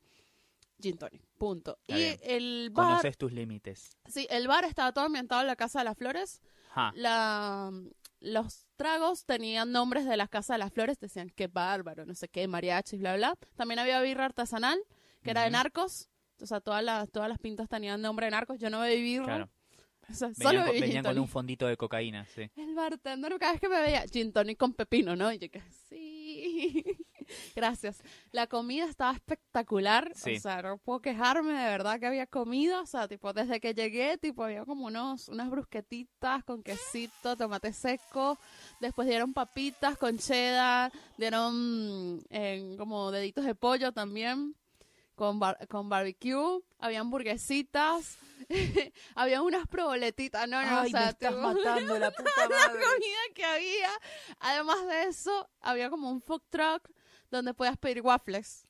Speaker 2: gin tonic. Punto.
Speaker 1: Está
Speaker 2: y
Speaker 1: bien.
Speaker 2: el bar,
Speaker 1: Conoces tus límites.
Speaker 2: sí, el bar estaba todo ambientado en la Casa de las Flores.
Speaker 1: Ja.
Speaker 2: la, los tragos tenían nombres de las casas de las flores, decían qué bárbaro, no sé qué, mariachis, bla, bla. También había birra artesanal, que era de
Speaker 1: Ujú.
Speaker 2: narcos. O sea, todas las, todas las pintas tenían nombre de narcos. Yo no bebí birra.
Speaker 1: Claro.
Speaker 2: O sea, solo
Speaker 1: Venían, con,
Speaker 2: bebí
Speaker 1: venían
Speaker 2: gin
Speaker 1: con un
Speaker 2: tonic.
Speaker 1: fondito de cocaína, sí.
Speaker 2: El bartender cada vez que me veía, gin tonic con pepino, ¿no? Y yo que sí. Gracias. La comida estaba espectacular.
Speaker 1: Sí.
Speaker 2: O sea, no puedo quejarme de verdad que había comida. O sea, tipo, desde que llegué, tipo, había como unos, unas brusquetitas con quesito, tomate seco. Después dieron papitas con cheddar. Dieron mm, eh, como deditos de pollo también. Con, bar- con barbecue, había hamburguesitas, había unas proboletitas, no, no, o sea, tipo-
Speaker 1: la puta madre.
Speaker 2: comida que había. Además de eso, había como un food truck donde podías pedir waffles.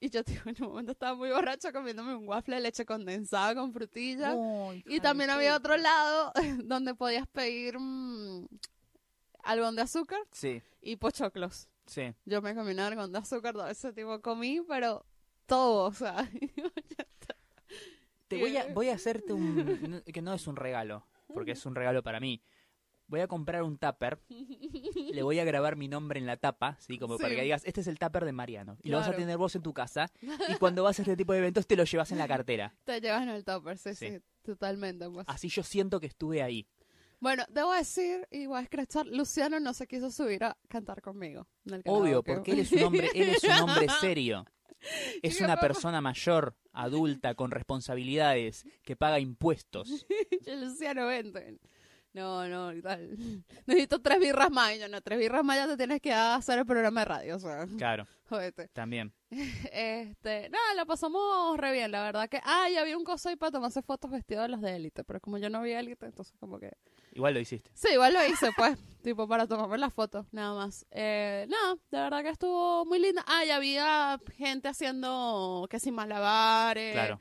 Speaker 2: Y yo, tío, en un momento estaba muy borracho comiéndome un waffle de leche condensada con frutilla. y también había otro lado donde podías pedir mm, algodón de azúcar
Speaker 1: Sí,
Speaker 2: y pochoclos.
Speaker 1: sí.
Speaker 2: Yo me comí un algodón de azúcar, todo ese tipo comí, pero todo, o sea.
Speaker 1: Te voy a, voy a hacerte un... que no es un regalo, porque es un regalo para mí. Voy a comprar un tupper, le voy a grabar mi nombre en la tapa, ¿sí? Como para
Speaker 2: Sí.
Speaker 1: que digas, este es el tupper de Mariano. Y lo vas a
Speaker 2: Claro.
Speaker 1: tener vos en tu casa, y cuando vas a este tipo de eventos te lo llevas en la cartera.
Speaker 2: Te llevas en el topper, sí, sí,
Speaker 1: Sí. Ah,
Speaker 2: totalmente. pues.
Speaker 1: Así yo siento que estuve ahí.
Speaker 2: Bueno, debo decir, y voy a escrachar, Luciano no se quiso subir a cantar conmigo. en el
Speaker 1: Obvio,
Speaker 2: karaoke.
Speaker 1: porque él es un hombre, él es un hombre serio. Es
Speaker 2: Yo
Speaker 1: una
Speaker 2: capaz-
Speaker 1: persona mayor, adulta, con responsabilidades, que paga impuestos.
Speaker 2: Yo, Luciano, vente. No, no, y tal. Necesito tres birras más. Y yo, no, tres birras más ya te tienes que hacer el programa de radio, o sea,
Speaker 1: Claro,
Speaker 2: jodete.
Speaker 1: también.
Speaker 2: Este, nada, la pasamos re bien, la verdad que... Ah, y había un coso ahí para tomarse fotos vestido de los de élite, pero como yo no vi élite, entonces como que...
Speaker 1: Igual lo hiciste.
Speaker 2: Sí, igual lo hice, pues. tipo, para tomarme las fotos, nada más. Eh, nada, de verdad que estuvo muy linda. Ah, y había gente haciendo que sin malabares.
Speaker 1: Claro,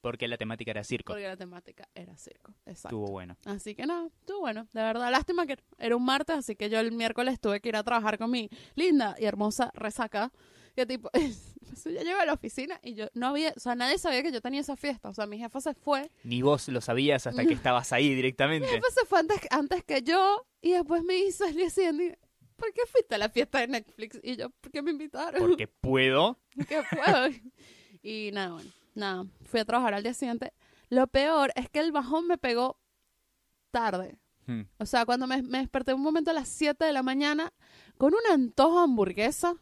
Speaker 1: porque la temática era circo.
Speaker 2: Porque la temática era circo. Exacto.
Speaker 1: Estuvo bueno.
Speaker 2: Así que nada, estuvo bueno. De verdad, lástima que era un martes, así que yo el miércoles tuve que ir a trabajar con mi linda y hermosa resaca. Que tipo, yo llegué a la oficina y yo no había, o sea, nadie sabía que yo tenía esa fiesta. O sea, mi jefa se fue
Speaker 1: Ni vos lo sabías hasta que estabas ahí directamente.
Speaker 2: Pues se fue antes, antes que yo y después me hizo el día siguiente, ¿por qué fuiste a la fiesta de Netflix? Y yo, ¿por qué me invitaron?
Speaker 1: Porque puedo.
Speaker 2: ¿Qué fue? y nada, bueno, nada, fui a trabajar al día siguiente. Lo peor es que el bajón me pegó tarde.
Speaker 1: Hmm.
Speaker 2: O sea, cuando me, me desperté un momento a las 7 de la mañana con un antojo de hamburguesa.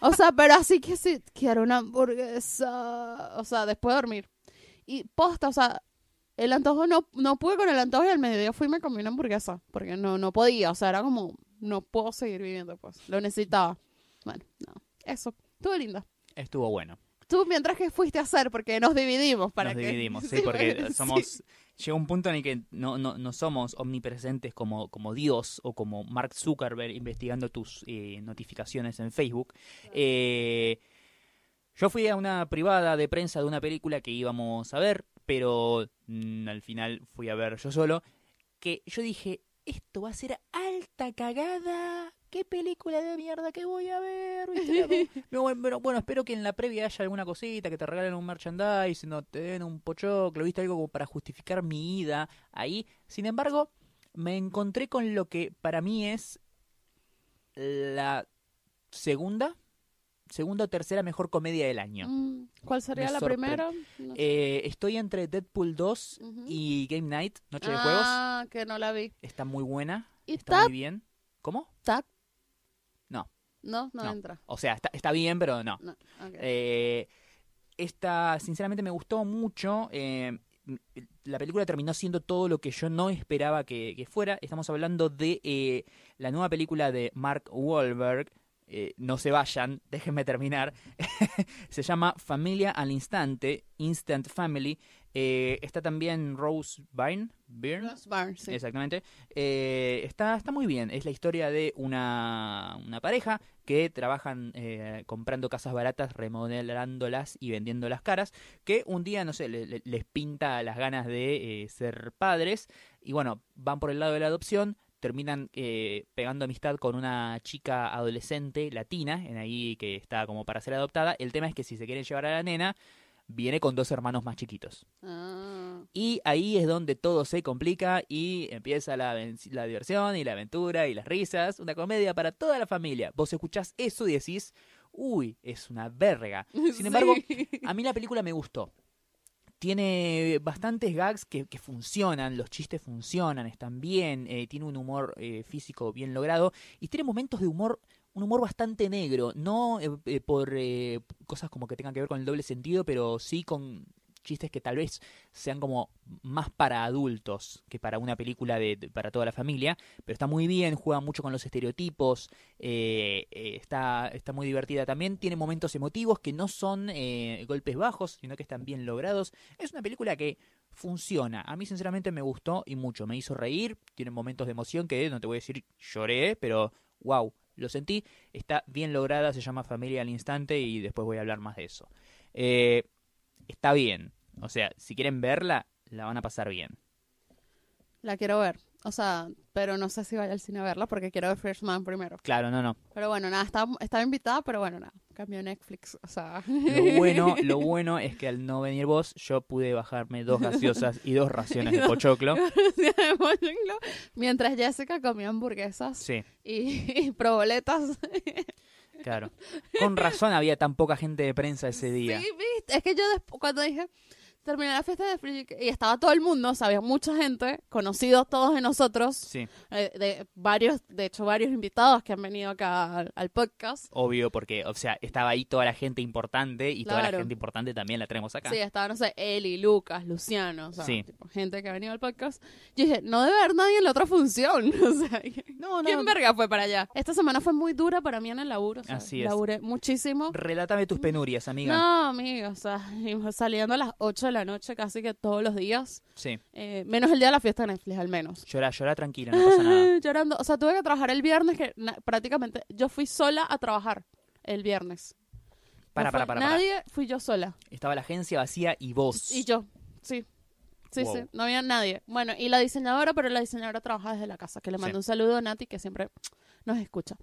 Speaker 2: O sea, pero así que sí, quiero una hamburguesa. O sea, después de dormir. Y posta, o sea, el antojo no, no pude con el antojo y al mediodía fui y me comí una hamburguesa. Porque no, no podía, o sea, era como, no puedo seguir viviendo, pues. Lo necesitaba. Bueno, no. Eso, estuvo lindo.
Speaker 1: Estuvo bueno.
Speaker 2: Tú mientras que fuiste a hacer, porque nos dividimos para
Speaker 1: Nos
Speaker 2: que...
Speaker 1: dividimos, sí, porque
Speaker 2: sí.
Speaker 1: somos. Llega un punto en el que no, no, no somos omnipresentes como, como Dios o como Mark Zuckerberg investigando tus eh, notificaciones en Facebook. Eh, yo fui a una privada de prensa de una película que íbamos a ver, pero mm, al final fui a ver yo solo. Que yo dije, esto va a ser alta cagada. ¿Qué película de mierda que voy a ver? ¿Viste? No, bueno, pero, bueno, espero que en la previa haya alguna cosita, que te regalen un merchandise, no te den un pochoclo, viste algo como para justificar mi ida ahí. Sin embargo, me encontré con lo que para mí es la segunda segunda o tercera mejor comedia del año.
Speaker 2: Mm, ¿Cuál sería
Speaker 1: Me
Speaker 2: la
Speaker 1: sorprende.
Speaker 2: primera? No sé.
Speaker 1: Eh, estoy entre Deadpool 2
Speaker 2: Ujú.
Speaker 1: y Game Night, Noche de Juegos.
Speaker 2: ah, que no la vi.
Speaker 1: Está muy buena,
Speaker 2: ¿Y
Speaker 1: está
Speaker 2: está
Speaker 1: muy bien. ¿Cómo? No.
Speaker 2: No, no,
Speaker 1: No.
Speaker 2: entra.
Speaker 1: O sea, está, está bien, pero no.
Speaker 2: No, ok.
Speaker 1: Eh, esta, sinceramente, me gustó mucho. eh, m- la película terminó siendo todo lo que yo no esperaba que, que fuera. Estamos hablando de eh, la nueva película de Mark Wahlberg. Eh, no se vayan, déjenme terminar. se llama Familia al Instante, Instant Family. Eh, está también Rose Byrne. Byrne
Speaker 2: Rose Byrne, sí.
Speaker 1: Exactamente. Eh, está, está muy bien. Es la historia de una, una pareja que trabajan eh, comprando casas baratas, remodelándolas y vendiéndolas caras, que un día, no sé, le- le- les pinta las ganas de eh, ser padres y bueno, van por el lado de la adopción, terminan eh, pegando amistad con una chica adolescente latina, en ahí que está como para ser adoptada. El tema es que si se quieren llevar a la nena, viene con dos hermanos más chiquitos.
Speaker 2: Ah,
Speaker 1: Y ahí es donde todo se complica y empieza la, ven- la diversión y la aventura y las risas. Una comedia para toda la familia. Vos escuchás eso y decís, uy, es una verga. Sin embargo,
Speaker 2: sí.
Speaker 1: a mí la película me gustó. Tiene bastantes gags que, que funcionan, los chistes funcionan, están bien, eh, tiene un humor eh, físico bien logrado y tiene momentos de humor, un humor bastante negro, no eh, eh, por eh, cosas como que tengan que ver con el doble sentido, pero sí con chistes que tal vez sean como más para adultos que para una película de, de- para toda la familia, pero está muy bien, juega mucho con los estereotipos, eh, eh, está, está muy divertida también. Tiene momentos emotivos que no son eh, golpes bajos, sino que están bien logrados. Es una película que funciona. A mí, sinceramente, me gustó y mucho. Me hizo reír. Tiene momentos de emoción que no te voy a decir lloré, pero wow, lo sentí. Está bien lograda, se llama Familia al Instante y después voy a hablar más de eso. Eh, está bien. O sea, si quieren verla, la van a pasar bien.
Speaker 2: La quiero ver. O sea, pero no sé si vaya al cine a verla porque quiero ver First Man primero.
Speaker 1: Claro, no, no.
Speaker 2: Pero bueno, nada, estaba, estaba invitada, pero bueno, nada, cambió Netflix. O sea,
Speaker 1: Lo bueno, lo bueno es que al no venir vos, yo pude bajarme dos gaseosas y dos raciones de
Speaker 2: No.
Speaker 1: pochoclo.
Speaker 2: mientras Jessica comía hamburguesas
Speaker 1: Sí,
Speaker 2: y, y proboletas.
Speaker 1: claro. Con razón había tan poca gente de prensa ese día.
Speaker 2: Sí, viste. Es que yo despu- cuando dije, terminé la fiesta de Free Chicken", y estaba todo el mundo, o sea, había mucha gente, conocidos todos de nosotros,
Speaker 1: Sí,
Speaker 2: eh, de varios, de hecho, varios invitados que han venido acá al, al podcast.
Speaker 1: obvio, porque, o sea, estaba ahí toda la gente importante y toda
Speaker 2: Claro.
Speaker 1: la gente importante también la tenemos acá.
Speaker 2: Sí, estaba, no sé, Eli, Lucas, Luciano, o sea,
Speaker 1: Sí.
Speaker 2: tipo, gente que ha venido al podcast. Yo dije, no debe haber nadie en la otra función. O sea,
Speaker 1: No,
Speaker 2: ¿quién verga fue para allá? Esta semana fue muy dura para mí en el laburo. o sea,
Speaker 1: Así es.
Speaker 2: Laburé muchísimo.
Speaker 1: Relátame tus penurias, amiga.
Speaker 2: No, amigo, o sea, y saliendo a las 8 de la noche casi que todos los días.
Speaker 1: Sí,
Speaker 2: Eh, menos el día de la fiesta de Netflix, al menos.
Speaker 1: llorá, llorá tranquila, no pasa nada.
Speaker 2: Llorando. O sea, tuve que trabajar el viernes, que na- prácticamente yo fui sola a trabajar el viernes. No
Speaker 1: Para,
Speaker 2: fue
Speaker 1: para, para, para.
Speaker 2: Nadie, fui yo sola.
Speaker 1: Estaba la agencia vacía y vos.
Speaker 2: Y yo, sí. Sí,
Speaker 1: Wow.
Speaker 2: sí, no había nadie. Bueno, y la diseñadora, pero la diseñadora trabaja desde la casa, que le
Speaker 1: Sí.
Speaker 2: mando un saludo a Nati, que siempre nos escucha.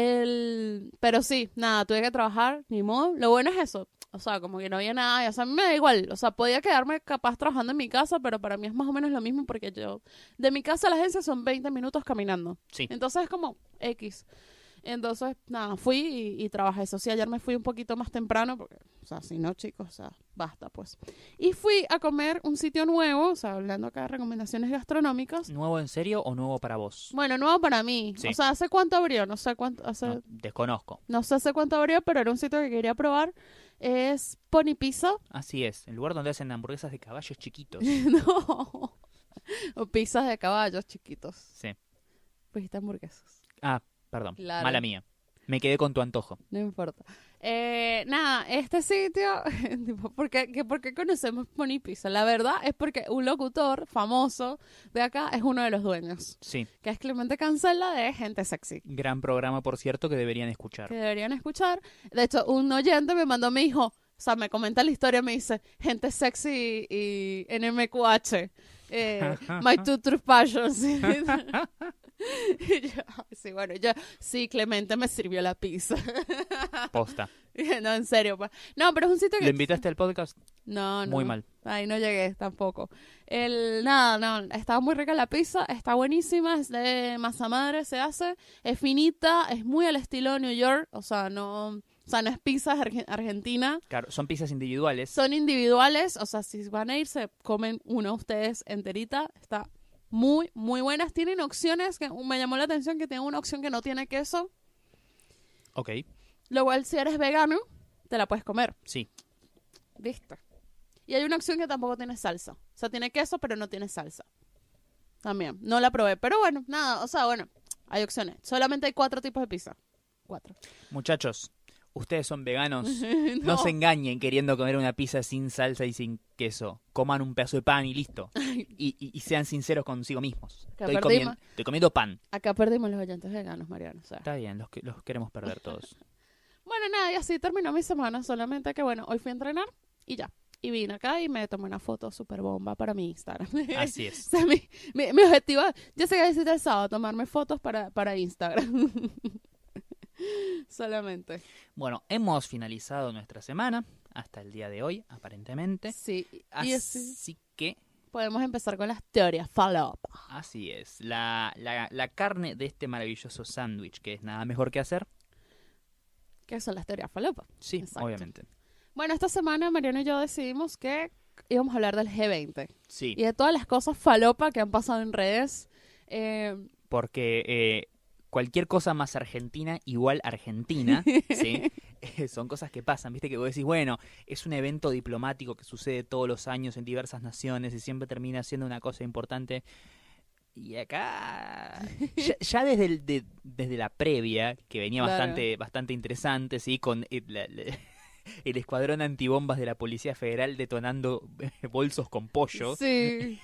Speaker 2: El... Pero sí, nada, tuve que trabajar, ni modo. Lo bueno es eso. O sea, como que no había nada. O sea, a mí me da igual. O sea, podía quedarme capaz trabajando en mi casa, pero para mí es más o menos lo mismo porque yo. De mi casa a la agencia son 20 minutos caminando.
Speaker 1: Sí.
Speaker 2: Entonces es como X. Entonces, nada, fui y, y trabajé eso. Sí, ayer me fui un poquito más temprano, porque, o sea, si no, chicos, o sea, basta, pues. Y fui a comer un sitio nuevo, o sea, hablando acá de recomendaciones gastronómicas.
Speaker 1: ¿Nuevo en serio o nuevo para vos?
Speaker 2: Bueno, nuevo para mí.
Speaker 1: Mm. Sí. Ah.
Speaker 2: O sea, ¿hace cuánto abrió? No sé cuánto, hace,
Speaker 1: No,
Speaker 2: no.
Speaker 1: desconozco.
Speaker 2: sé hace cuánto abrió, pero era un sitio que quería probar. Es Pony Pizza.
Speaker 1: Así es, el lugar donde hacen hamburguesas de caballos chiquitos.
Speaker 2: no. O pizzas de caballos chiquitos.
Speaker 1: Sí.
Speaker 2: Pues hamburguesas.
Speaker 1: Ah, perdón.
Speaker 2: Claro.
Speaker 1: Mala mía. Me quedé con tu antojo.
Speaker 2: No importa. Eh, nada, este sitio, tipo, ¿por qué, que- por qué conocemos Pony Pizza? La verdad es porque un locutor famoso de acá es uno de los dueños,
Speaker 1: Sí.
Speaker 2: que es Clemente Cancela de Gente Sexy,
Speaker 1: Gran programa, por cierto, que deberían escuchar.
Speaker 2: que deberían escuchar. De hecho, un oyente me mandó, me dijo, o sea, me comenta la historia, me dice, Gente Sexy y NMQH, eh, My Two True Passions. y yo, sí, bueno, yo, sí, Clemente me sirvió la pizza.
Speaker 1: Posta.
Speaker 2: no, en serio, pues. No, pero es un sitio que...
Speaker 1: ¿Lo invitaste al podcast?
Speaker 2: No, no.
Speaker 1: Muy mal.
Speaker 2: Ahí no llegué tampoco. El, nada, no. Estaba muy rica la pizza, está buenísima, es de masa madre, se hace. Es finita, es muy al estilo New York, o sea, no. O sea, no es pizza arge- argentina.
Speaker 1: Claro, son pizzas individuales.
Speaker 2: Son individuales, o sea, si van a ir, se comen una ustedes enterita. Está muy, muy buenas. Tienen opciones que me llamó la atención que tienen una opción que no tiene queso.
Speaker 1: Ok,
Speaker 2: Lo cual, si eres vegano, te la puedes comer.
Speaker 1: sí.
Speaker 2: Listo. Y hay una opción que tampoco tiene salsa. O sea, tiene queso, pero no tiene salsa. También. No la probé. Pero bueno, nada. O sea, bueno, hay opciones. Solamente hay cuatro tipos de pizza. Cuatro.
Speaker 1: Muchachos, ustedes son veganos. No.
Speaker 2: No.
Speaker 1: se engañen queriendo comer una pizza sin salsa y sin queso. Coman un pedazo de pan y listo. Y, y- y sean sinceros consigo mismos.
Speaker 2: Que
Speaker 1: Estoy,
Speaker 2: perdimos.
Speaker 1: comien- estoy comiendo pan.
Speaker 2: Acá perdimos los oyentes veganos, Mariano. o sea.
Speaker 1: Está bien, los, que- los queremos perder todos.
Speaker 2: Bueno, nada. Y así terminó mi semana. Solamente que, bueno, hoy fui a entrenar y ya. Y vine acá y me tomé una foto super bomba para mi Instagram.
Speaker 1: Así
Speaker 2: O
Speaker 1: es.
Speaker 2: sea, mi, mi- mi objetivo, yo sé que necesito el sábado tomarme fotos para, para Instagram. Solamente.
Speaker 1: Bueno, hemos finalizado nuestra semana hasta el día de hoy, aparentemente.
Speaker 2: Sí. Y así.
Speaker 1: Así que,
Speaker 2: Podemos empezar con las teorías follow-up.
Speaker 1: así es. La, la- la carne de este maravilloso sándwich, que es nada mejor que hacer.
Speaker 2: ¿Qué son las teorías follow-up?
Speaker 1: Sí,
Speaker 2: Exacto.
Speaker 1: obviamente.
Speaker 2: Bueno, esta semana Mariano y yo decidimos que íbamos a hablar del G20
Speaker 1: Sí,
Speaker 2: y de todas las cosas falopa que han pasado en redes. Eh,
Speaker 1: porque eh, cualquier cosa más argentina igual argentina, ¿sí? Eh, Son cosas que pasan, ¿viste? Que vos decís, bueno, es un evento diplomático que sucede todos los años en diversas naciones y siempre termina siendo una cosa importante. Y acá, ya, ya desde, el- de- desde la previa, que venía
Speaker 2: Claro.
Speaker 1: bastante, bastante interesante, ¿sí? Con el, la- la- el escuadrón antibombas de la Policía Federal detonando eh, bolsos con pollo
Speaker 2: Sí.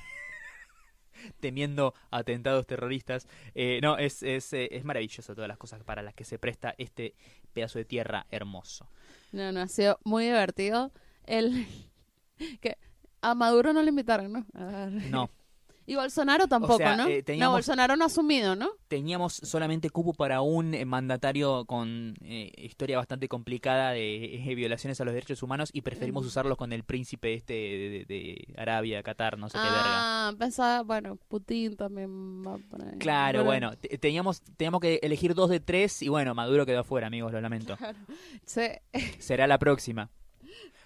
Speaker 1: temiendo atentados terroristas. Eh, no, es, es, eh, es maravilloso todas las cosas para las que se presta este pedazo de tierra hermoso.
Speaker 2: No, no, ha sido muy divertido. El que a Maduro no le invitaron, ¿no? A ver.
Speaker 1: No,
Speaker 2: Y Bolsonaro tampoco,
Speaker 1: O sea,
Speaker 2: ¿no?
Speaker 1: eh, teníamos-
Speaker 2: No, Bolsonaro no ha asumido, ¿no?
Speaker 1: teníamos solamente cupo para un eh, mandatario con eh, historia bastante complicada de eh, violaciones a los derechos humanos y preferimos
Speaker 2: Mm.
Speaker 1: usarlos con el príncipe este de, de- de Arabia, Qatar, no sé qué verga.
Speaker 2: Ah, pensaba, bueno, Putin también va por ahí.
Speaker 1: Claro, bueno, te- teníamos, teníamos que elegir dos de tres y bueno, Maduro quedó afuera, amigos, lo lamento.
Speaker 2: Sí.
Speaker 1: Será la próxima.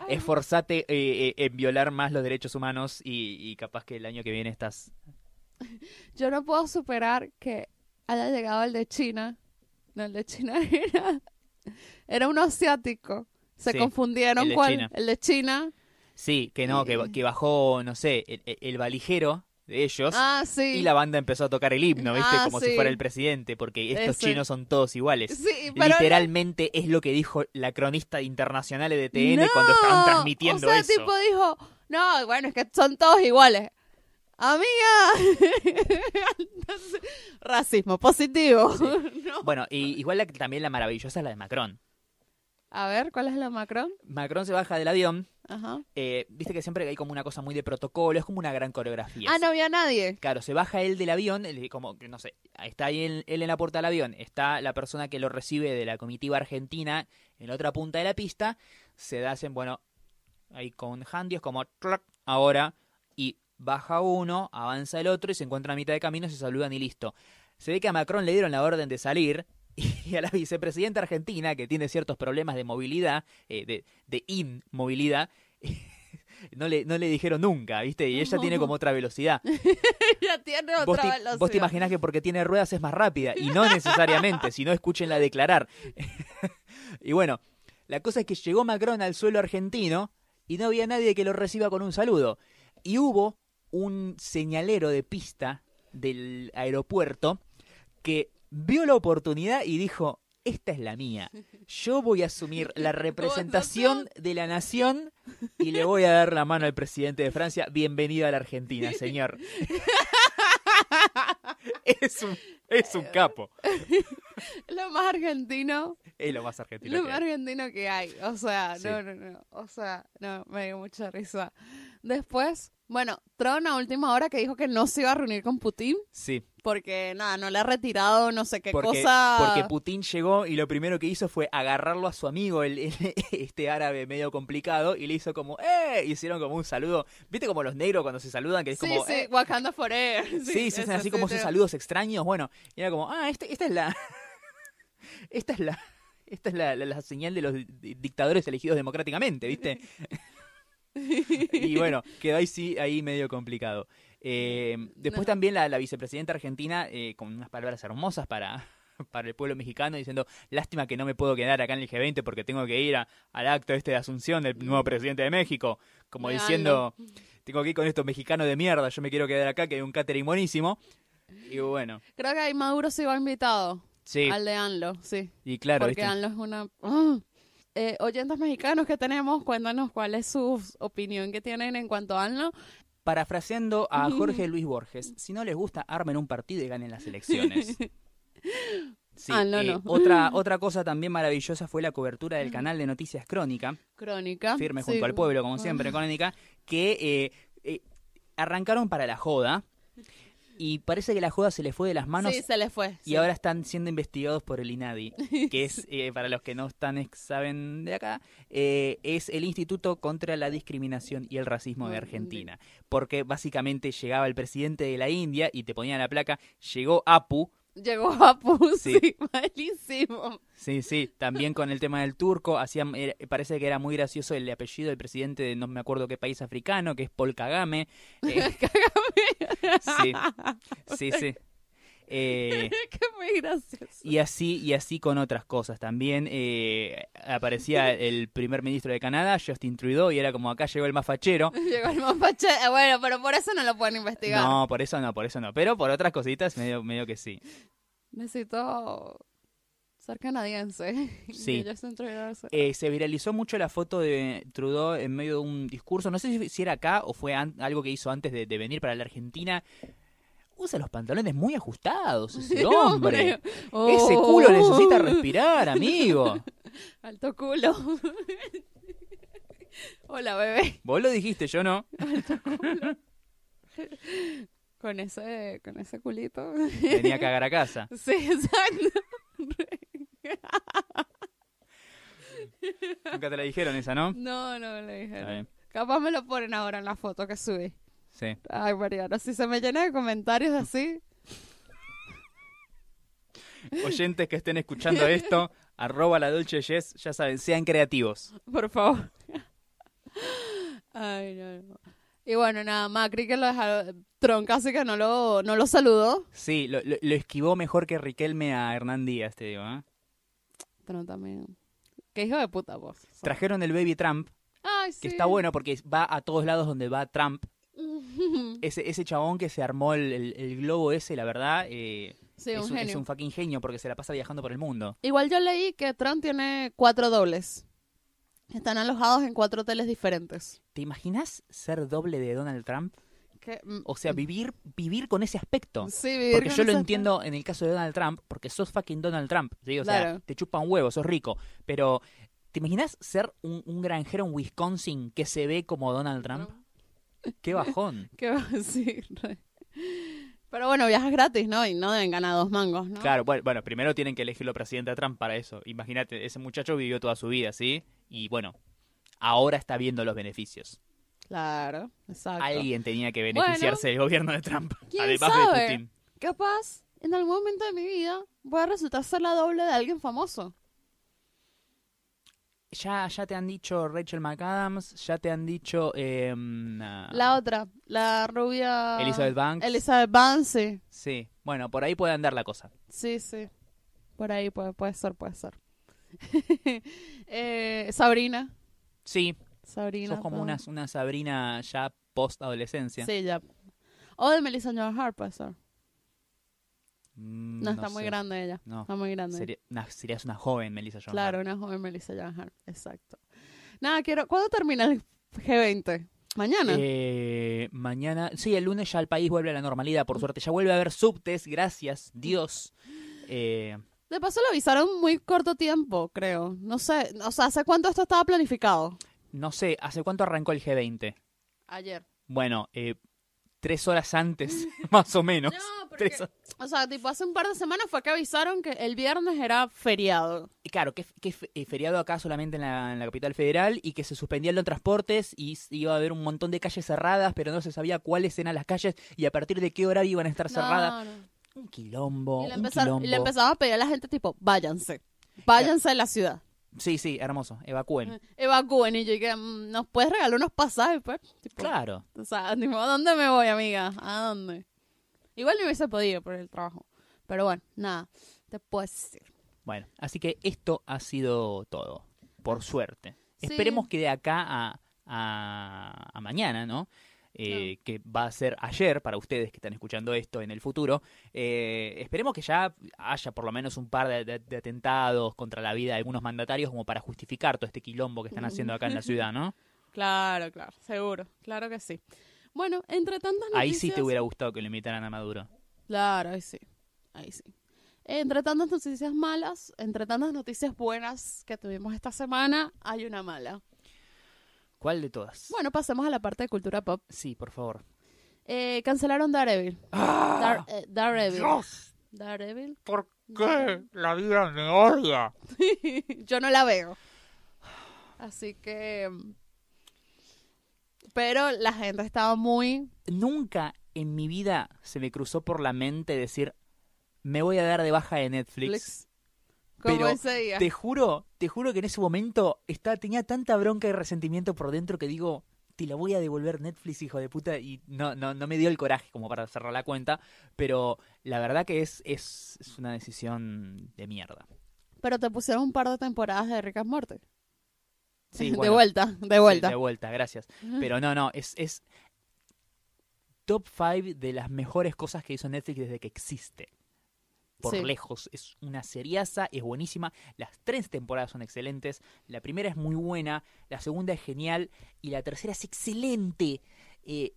Speaker 2: Ay,
Speaker 1: esforzate eh, eh, en violar más los derechos humanos y, y capaz que el año que viene estás...
Speaker 2: Yo no puedo superar que haya llegado el de China. No, el de China era, era un asiático. Se
Speaker 1: Sí,
Speaker 2: confundieron
Speaker 1: el de
Speaker 2: cuál.
Speaker 1: China.
Speaker 2: El de China.
Speaker 1: Sí, que no, que, ba- que bajó, no sé, el, el- el valijero de ellos
Speaker 2: Ah, sí.
Speaker 1: y la banda empezó a tocar el himno, ¿viste?
Speaker 2: Ah,
Speaker 1: Como
Speaker 2: sí.
Speaker 1: si fuera el presidente, porque estos
Speaker 2: Ese.
Speaker 1: chinos son todos iguales.
Speaker 2: Sí, pero
Speaker 1: Literalmente es lo que dijo la cronista internacional de TN
Speaker 2: no.
Speaker 1: cuando estaban transmitiendo
Speaker 2: o sea,
Speaker 1: eso.
Speaker 2: tipo dijo, no, bueno, es que son todos iguales. Amiga. Entonces, racismo positivo. No.
Speaker 1: Bueno, y, igual la- también la maravillosa es la de Macron.
Speaker 2: A ver, ¿cuál es la Macron?
Speaker 1: Macron se baja del avión,
Speaker 2: Ajá.
Speaker 1: eh, viste que siempre hay como una cosa muy de protocolo, es como una gran coreografía.
Speaker 2: Ah, no había nadie.
Speaker 1: Claro, se baja él del avión, él, como que no sé, está ahí él, él en la puerta del avión, está la persona que lo recibe de la comitiva argentina en la otra punta de la pista, se hacen, bueno, ahí con handios como tlac, ahora, y baja uno, avanza el otro y se encuentran a mitad de camino, se saludan y listo. Se ve que a Macron le dieron la orden de salir y a la vicepresidenta argentina, que tiene ciertos problemas de movilidad, eh, de, de inmovilidad, no, le, no le dijeron nunca, ¿viste? Y ella tiene como otra velocidad
Speaker 2: ya tiene
Speaker 1: vos
Speaker 2: otra
Speaker 1: te,
Speaker 2: velocidad.
Speaker 1: vos te imaginás que porque tiene ruedas es más rápida, y no necesariamente, si no escúchenla declarar. y bueno, la cosa es que llegó Macron al suelo argentino y no había nadie que lo reciba con un saludo. Y hubo un señalero de pista del aeropuerto que vio la oportunidad y dijo, esta es la mía. Yo voy a asumir la representación de la nación y le voy a dar la mano al presidente de Francia. Bienvenido a la Argentina, señor. Es un, es un capo.
Speaker 2: Lo más argentino,
Speaker 1: Es lo más argentino.
Speaker 2: lo
Speaker 1: que
Speaker 2: más
Speaker 1: hay.
Speaker 2: argentino que hay. O sea,
Speaker 1: Sí.
Speaker 2: no, no, no. O sea, no, me dio mucha risa. Después, bueno, Tron a última hora que dijo que no se iba a reunir con Putin
Speaker 1: Sí,
Speaker 2: porque nada, no le ha retirado no sé qué
Speaker 1: porque,
Speaker 2: cosa.
Speaker 1: porque Putin llegó y lo primero que hizo fue agarrarlo a su amigo, el, el- este árabe medio complicado, y le hizo como, ¡eh! Hicieron como un saludo. ¿Viste como los negros cuando se saludan? Que es
Speaker 2: sí,
Speaker 1: como,
Speaker 2: sí,
Speaker 1: "Eh"?
Speaker 2: Wakanda Forever.
Speaker 1: Sí, sí, hacen
Speaker 2: eso
Speaker 1: así como
Speaker 2: sí,
Speaker 1: esos
Speaker 2: te-
Speaker 1: saludos extraños. Bueno, y era como, ah, este- esta es la. Esta es la. Esta es la, la- la señal de los di- dictadores elegidos democráticamente, ¿viste? y bueno, quedó ahí sí, ahí medio complicado. Eh, después
Speaker 2: No.
Speaker 1: también la, la vicepresidenta argentina, eh, con unas palabras hermosas para, para el pueblo mexicano, diciendo, lástima que no me puedo quedar acá en el G20 porque tengo que ir a- al acto este de asunción del nuevo presidente de México. Como
Speaker 2: Veanlo.
Speaker 1: diciendo, tengo que ir con estos mexicanos de mierda, yo me quiero quedar acá, que hay un catering buenísimo. Y bueno,
Speaker 2: Creo que ahí Maduro se iba invitado
Speaker 1: sí,
Speaker 2: al de ANLO, sí.
Speaker 1: y claro,
Speaker 2: porque
Speaker 1: ¿viste?
Speaker 2: ANLO es una... ¡Ah! Eh, oyentes mexicanos que tenemos, cuéntanos cuál es su opinión que tienen en cuanto a ANLO.
Speaker 1: Parafraseando a Jorge Luis Borges, si no les gusta, armen un partido y ganen las elecciones. Sí,
Speaker 2: Ah, no,
Speaker 1: eh,
Speaker 2: no.
Speaker 1: Otra, otra cosa también maravillosa fue la cobertura del canal de Noticias Crónica,
Speaker 2: Crónica.
Speaker 1: firme
Speaker 2: Ah, sí. Ah.
Speaker 1: junto al pueblo, como siempre, Crónica, que eh, eh, arrancaron para la joda y parece que la joda se les fue de las manos
Speaker 2: Sí, se les fue.
Speaker 1: y ahora están siendo investigados por el INADI, que es, eh, para los que no están ex- saben de acá, eh, es el Instituto contra la Discriminación y el Racismo de
Speaker 2: Mm,
Speaker 1: Argentina. Porque básicamente llegaba el presidente de la India y te ponía la placa, llegó Apu,
Speaker 2: Llegó a Pussy,
Speaker 1: Sí.
Speaker 2: malísimo.
Speaker 1: sí, sí, también con el tema del turco, hacían, era- parece que era muy gracioso el apellido del presidente de no me acuerdo qué país africano, que es Paul Kagame. Eh, sí, sí, sí. Eh,
Speaker 2: Qué muy gracioso.
Speaker 1: Y así, y así con otras cosas. También eh, aparecía el primer ministro de Canadá, Justin Trudeau, y era como acá llegó el más fachero.
Speaker 2: Llegó el mapache. eh, Bueno, pero por eso no lo pueden investigar.
Speaker 1: No, por eso no, por eso no. Pero por otras cositas, medio, medio que sí.
Speaker 2: Necesito ser canadiense.
Speaker 1: Sí.
Speaker 2: Y yo soy introverso.
Speaker 1: Eh, se viralizó mucho la foto de Trudeau en medio de un discurso. No sé si, si era acá o fue an- algo que hizo antes de, de venir para la Argentina. Usa los pantalones muy ajustados, ese hombre. Ese
Speaker 2: Oh.
Speaker 1: culo necesita respirar, amigo.
Speaker 2: Alto culo. Hola, bebé.
Speaker 1: Vos lo dijiste, yo no.
Speaker 2: Con ese, con ese culito.
Speaker 1: Venía a cagar a casa.
Speaker 2: Sí, exacto.
Speaker 1: Nunca te la dijeron esa, ¿no?
Speaker 2: No, no le
Speaker 1: Está
Speaker 2: dijeron.
Speaker 1: bien.
Speaker 2: Capaz me lo ponen ahora en la foto que subí.
Speaker 1: Sí.
Speaker 2: Ay, Mariana, si se me llena de comentarios así.
Speaker 1: oyentes que estén escuchando esto, arroba la Dolce Yes, ya saben, sean creativos.
Speaker 2: Por favor. Ay, no, no. Y bueno, nada, Macri que lo dejaron. Tron casi que no lo, no lo saludó.
Speaker 1: Sí, lo, lo- lo esquivó mejor que Riquelme a Hernán Díaz, te digo. ¿eh?
Speaker 2: Tron también. Qué hijo de puta vos.
Speaker 1: Trajeron el Baby Trump,
Speaker 2: Ay, sí.
Speaker 1: que está bueno porque va a todos lados donde va Trump.
Speaker 2: sí,
Speaker 1: Ese, ese chabón que se armó el, el- el globo ese, la verdad, eh,
Speaker 2: un
Speaker 1: es, un, es
Speaker 2: genio.
Speaker 1: un fucking genio porque se la pasa viajando por el mundo.
Speaker 2: Igual yo leí que Tron tiene cuatro dobles. Están alojados en cuatro hoteles diferentes.
Speaker 1: ¿Te imaginas ser doble de Donald Trump?
Speaker 2: Que, mm,
Speaker 1: O sea, vivir, vivir con ese aspecto.
Speaker 2: sí, vivir
Speaker 1: Porque
Speaker 2: con
Speaker 1: yo lo
Speaker 2: esa-
Speaker 1: entiendo en el caso de Donald Trump, porque sos fucking Donald Trump, ¿sí? O sea,
Speaker 2: Claro.
Speaker 1: te chupa un huevo, sos rico. Pero, ¿te imaginas ser un, un granjero en Wisconsin que se ve como Donald Trump? ¡Qué bajón!
Speaker 2: ¿Qué vas a decir? Pero bueno, viajas gratis, ¿no? Y no deben ganar dos mangos, ¿no?
Speaker 1: Claro, bueno, bueno, primero tienen que elegirlo presidente a Trump para eso. Imagínate, ese muchacho vivió toda su vida, ¿sí? Y bueno, ahora está viendo los beneficios.
Speaker 2: Claro, exacto.
Speaker 1: Alguien tenía que
Speaker 2: Bueno.
Speaker 1: beneficiarse del gobierno de Trump,
Speaker 2: ¿Quién
Speaker 1: además
Speaker 2: sabe?
Speaker 1: de Putin.
Speaker 2: Capaz, en algún momento de mi vida, voy a resultar ser la doble de alguien famoso.
Speaker 1: Ya, ya te han dicho Rachel McAdams, ya te han dicho... em, ah,
Speaker 2: La otra, la rubia...
Speaker 1: Elizabeth Banks.
Speaker 2: Elizabeth Banks, sí.
Speaker 1: Sí, bueno, por ahí puede andar la cosa.
Speaker 2: Sí, sí. Por ahí puede, puede ser, puede ser. Eh, Sabrina.
Speaker 1: Sí,
Speaker 2: Sabrina.
Speaker 1: sos como
Speaker 2: puede-
Speaker 1: una, una Sabrina ya post-adolescencia.
Speaker 2: Sí, ya. O de Melissa Joan Hart, puede ser.
Speaker 1: Mm,
Speaker 2: No, está muy
Speaker 1: sé.
Speaker 2: grande ella.
Speaker 1: No,
Speaker 2: Está muy grande.
Speaker 1: sería- na- serías una joven Melissa Joan
Speaker 2: Claro,
Speaker 1: Hart.
Speaker 2: una joven Melissa Joan Hart. Exacto. Nada, quiero... ¿Cuándo termina el G20? ¿Mañana?
Speaker 1: Eh, mañana, sí, el lunes ya el país vuelve a la normalidad, por suerte. Ya vuelve a haber subtes, gracias, Dios. Eh,
Speaker 2: De paso lo avisaron muy corto tiempo, creo. No sé, o sea, ¿hace cuánto esto estaba planificado?
Speaker 1: no sé, ¿hace cuánto arrancó el G20?
Speaker 2: Ayer.
Speaker 1: Bueno, eh, tres horas antes, más o menos.
Speaker 2: No, porque-
Speaker 1: Tres horas.
Speaker 2: O sea, tipo, hace un par de semanas fue que avisaron que el viernes era feriado.
Speaker 1: Y Claro, que, que fe- eh, feriado acá solamente en la, en la capital federal y que se suspendían los transportes y s- iba a haber un montón de calles cerradas, pero no se sabía cuáles eran las calles y a partir de qué hora iban a estar cerradas.
Speaker 2: No, no.
Speaker 1: Un quilombo,
Speaker 2: Y le,
Speaker 1: un
Speaker 2: empezaron,
Speaker 1: quilombo.
Speaker 2: y le empezaba a pedir a la gente, tipo, váyanse. Váyanse a la ciudad.
Speaker 1: Sí, sí, hermoso.
Speaker 2: Ah.
Speaker 1: Evacúen.
Speaker 2: Evacúen. Y yo dije, mm, ¿nos puedes regalar unos pasajes, pues? Tipo,
Speaker 1: Claro.
Speaker 2: O sea, tipo, ¿a dónde me voy, amiga? ¿A dónde? Igual no hubiese podido por el trabajo. Pero bueno, nada. Te puedo decir.
Speaker 1: Bueno, así que esto ha sido todo. Por suerte.
Speaker 2: Sí.
Speaker 1: Esperemos que de acá a, a, a mañana, ¿no? Eh, Que va a ser ayer para ustedes que están escuchando esto en el futuro. eh, esperemos que ya haya por lo menos un par de, de- de atentados contra la vida de algunos mandatarios como para justificar todo este quilombo que
Speaker 2: Mm.
Speaker 1: están haciendo acá en la ciudad, ¿no?
Speaker 2: Claro, claro. Seguro. Claro que sí. Bueno, entre tantas noticias...
Speaker 1: Ahí sí te hubiera gustado que lo invitaran a Maduro.
Speaker 2: Claro, ahí sí. Ahí sí. Entre tantas noticias malas, entre tantas noticias buenas que tuvimos esta semana, hay una mala.
Speaker 1: ¿Cuál de todas?
Speaker 2: Bueno, pasemos a la parte de cultura pop.
Speaker 1: Sí, por favor.
Speaker 2: Eh, cancelaron Daredevil. Dar- eh, Daredevil.
Speaker 3: Ah, Dios,
Speaker 2: Daredevil.
Speaker 3: ¿por qué la vida me odia?
Speaker 2: Yo no la veo. Así que... mm, Pero la gente estaba muy...
Speaker 1: Nunca en mi vida se me cruzó por la mente decir, me voy a dar de baja de Netflix.
Speaker 2: Netflix. Como
Speaker 1: Pero
Speaker 2: ese día.
Speaker 1: Te juro, te juro que en ese momento estaba, tenía tanta bronca y resentimiento por dentro que digo, te la voy a devolver Netflix, hijo de puta, y no, no, no me dio el coraje como para cerrar la cuenta, pero la verdad que es, es, es una decisión de mierda.
Speaker 2: Pero te pusieron un par de temporadas de Rick and Morty.
Speaker 1: Sí,
Speaker 2: de
Speaker 1: bueno.
Speaker 2: vuelta, de vuelta.
Speaker 1: Sí, de vuelta, gracias. Pero no, no, es, es top 5 de las mejores cosas que hizo Netflix desde que existe. Por
Speaker 2: Sí.
Speaker 1: lejos, es una seriaza, es buenísima. Las tres temporadas son excelentes. La primera es muy buena, la segunda es genial y la tercera es excelente. Eh,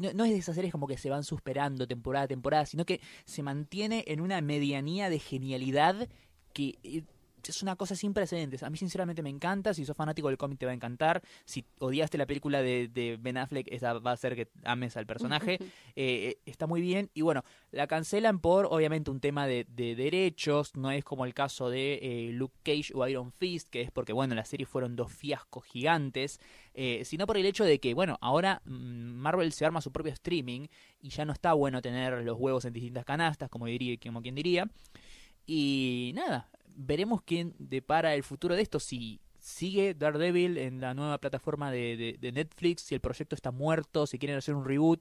Speaker 1: no, no es de esas series como que se van superando temporada a temporada, sino que se mantiene en una medianía de genialidad que eh, es una cosa sin precedentes. A mí sinceramente me encanta, si sos fanático del cómic te va a encantar, si odiaste la película de, de Ben Affleck, esa va a hacer que ames al personaje. Eh, eh, está muy bien y bueno, la cancelan por obviamente un tema de, de derechos, no es como el caso de eh, Luke Cage o Iron Fist, que es porque bueno, las series fueron dos fiascos gigantes, eh, sino por el hecho de que bueno, ahora mm, Marvel se arma su propio streaming y ya no está bueno tener los huevos en distintas canastas, como diría, como quien diría. Y nada, veremos quién depara el futuro de esto. Si sigue Daredevil en la nueva plataforma de, de- de Netflix, si el proyecto está muerto, si quieren hacer un reboot.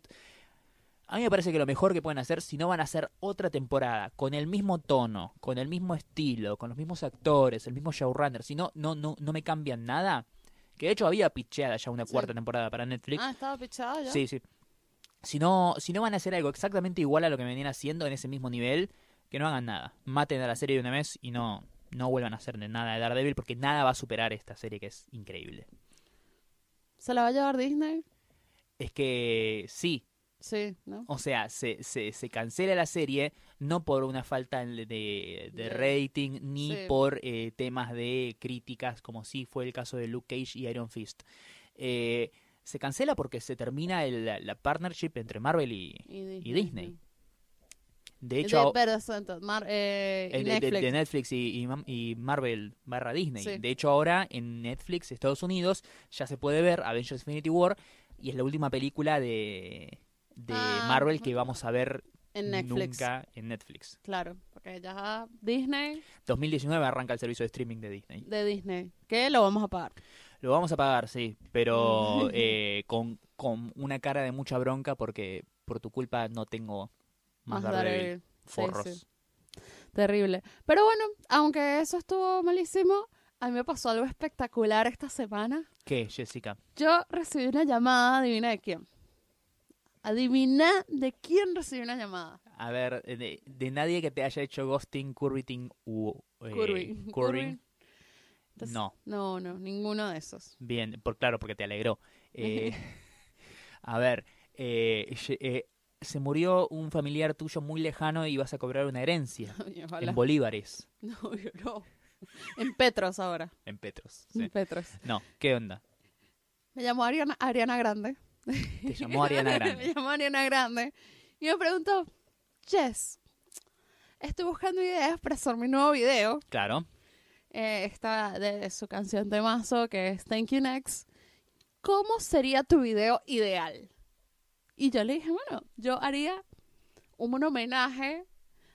Speaker 1: A mí me parece que lo mejor que pueden hacer, si no van a hacer otra temporada, con el mismo tono, con el mismo estilo, con los mismos actores, el mismo showrunner, si no, no, no, no me cambian nada. Que de hecho había picheada ya una
Speaker 2: Sí.
Speaker 1: cuarta temporada para Netflix.
Speaker 2: Ah, estaba pichado ya.
Speaker 1: Sí, sí. Si no, si no van a hacer algo exactamente igual a lo que venían haciendo en ese mismo nivel, que no hagan nada. Maten a la serie de una vez y no, no vuelvan a hacer de nada de Daredevil porque nada va a superar esta serie que es increíble.
Speaker 2: ¿Se la va a llevar Disney?
Speaker 1: Es que sí,
Speaker 2: Sí, ¿no?
Speaker 1: o sea, se, se, se cancela la serie no por una falta de, de
Speaker 2: De-
Speaker 1: rating ni
Speaker 2: sí.
Speaker 1: por eh, temas de críticas como sí fue el caso de Luke Cage y Iron Fist. Eh, se cancela porque se termina el- la, la partnership entre Marvel y,
Speaker 2: Y
Speaker 1: y Disney. De hecho,
Speaker 2: de,
Speaker 1: ahora-
Speaker 2: pero, exacto, Mar- eh, y
Speaker 1: Eh, de- de-
Speaker 2: Netflix.
Speaker 1: de, Netflix y, y Mam- y Marvel barra Disney.
Speaker 2: Sí.
Speaker 1: De hecho, ahora en Netflix, Estados Unidos, ya se puede ver Avengers Infinity War y es la última película de, de
Speaker 2: Ah,
Speaker 1: Marvel que
Speaker 2: ok.
Speaker 1: vamos a ver
Speaker 2: en Netflix.
Speaker 1: nunca en Netflix.
Speaker 2: Claro, porque ya Disney
Speaker 1: 2019 arranca el servicio de streaming de Disney.
Speaker 2: de Disney. Que lo vamos a pagar.
Speaker 1: Lo vamos a pagar, sí,
Speaker 2: Mm.
Speaker 1: pero eh, con, con una cara de mucha bronca porque por tu culpa no tengo más, Daredevil.
Speaker 2: Daredevil. Sí,
Speaker 1: Forros.
Speaker 2: sí. Terrible. Pero bueno, aunque eso estuvo malísimo, a mí me pasó algo espectacular esta semana.
Speaker 1: ¿Qué, Jessica?
Speaker 2: Yo recibí una llamada, adivina de quién. Adivina de quién recibí una llamada.
Speaker 1: A ver, eh, de, de nadie que te haya hecho ghosting, curviting u eh,
Speaker 2: Curvy.
Speaker 1: curving.
Speaker 2: Curvy. Entonces,
Speaker 1: No,
Speaker 2: No, no, ninguno de esos.
Speaker 1: bien, por, claro, porque te alegró. Eh, a ver, eh, ye- eh, se murió un familiar tuyo muy lejano y vas a cobrar una herencia
Speaker 2: Oye, ojalá.
Speaker 1: en bolívares,
Speaker 2: No, yo no. En Petros ahora.
Speaker 1: en petros.
Speaker 2: En
Speaker 1: sí.
Speaker 2: Petros.
Speaker 1: No, ¿qué onda?
Speaker 2: Me llamó Ariana, Ariana Grande.
Speaker 1: Te llamó Ariana
Speaker 2: me
Speaker 1: Grande.
Speaker 2: llamó Ariana Grande. Y me preguntó, Jess, estoy buscando ideas para hacer mi nuevo video.
Speaker 1: Claro,
Speaker 2: eh, esta de su canción de mazo que es Thank You Next. ¿Cómo sería tu video ideal? Y yo le dije, bueno, yo haría un, buen homenaje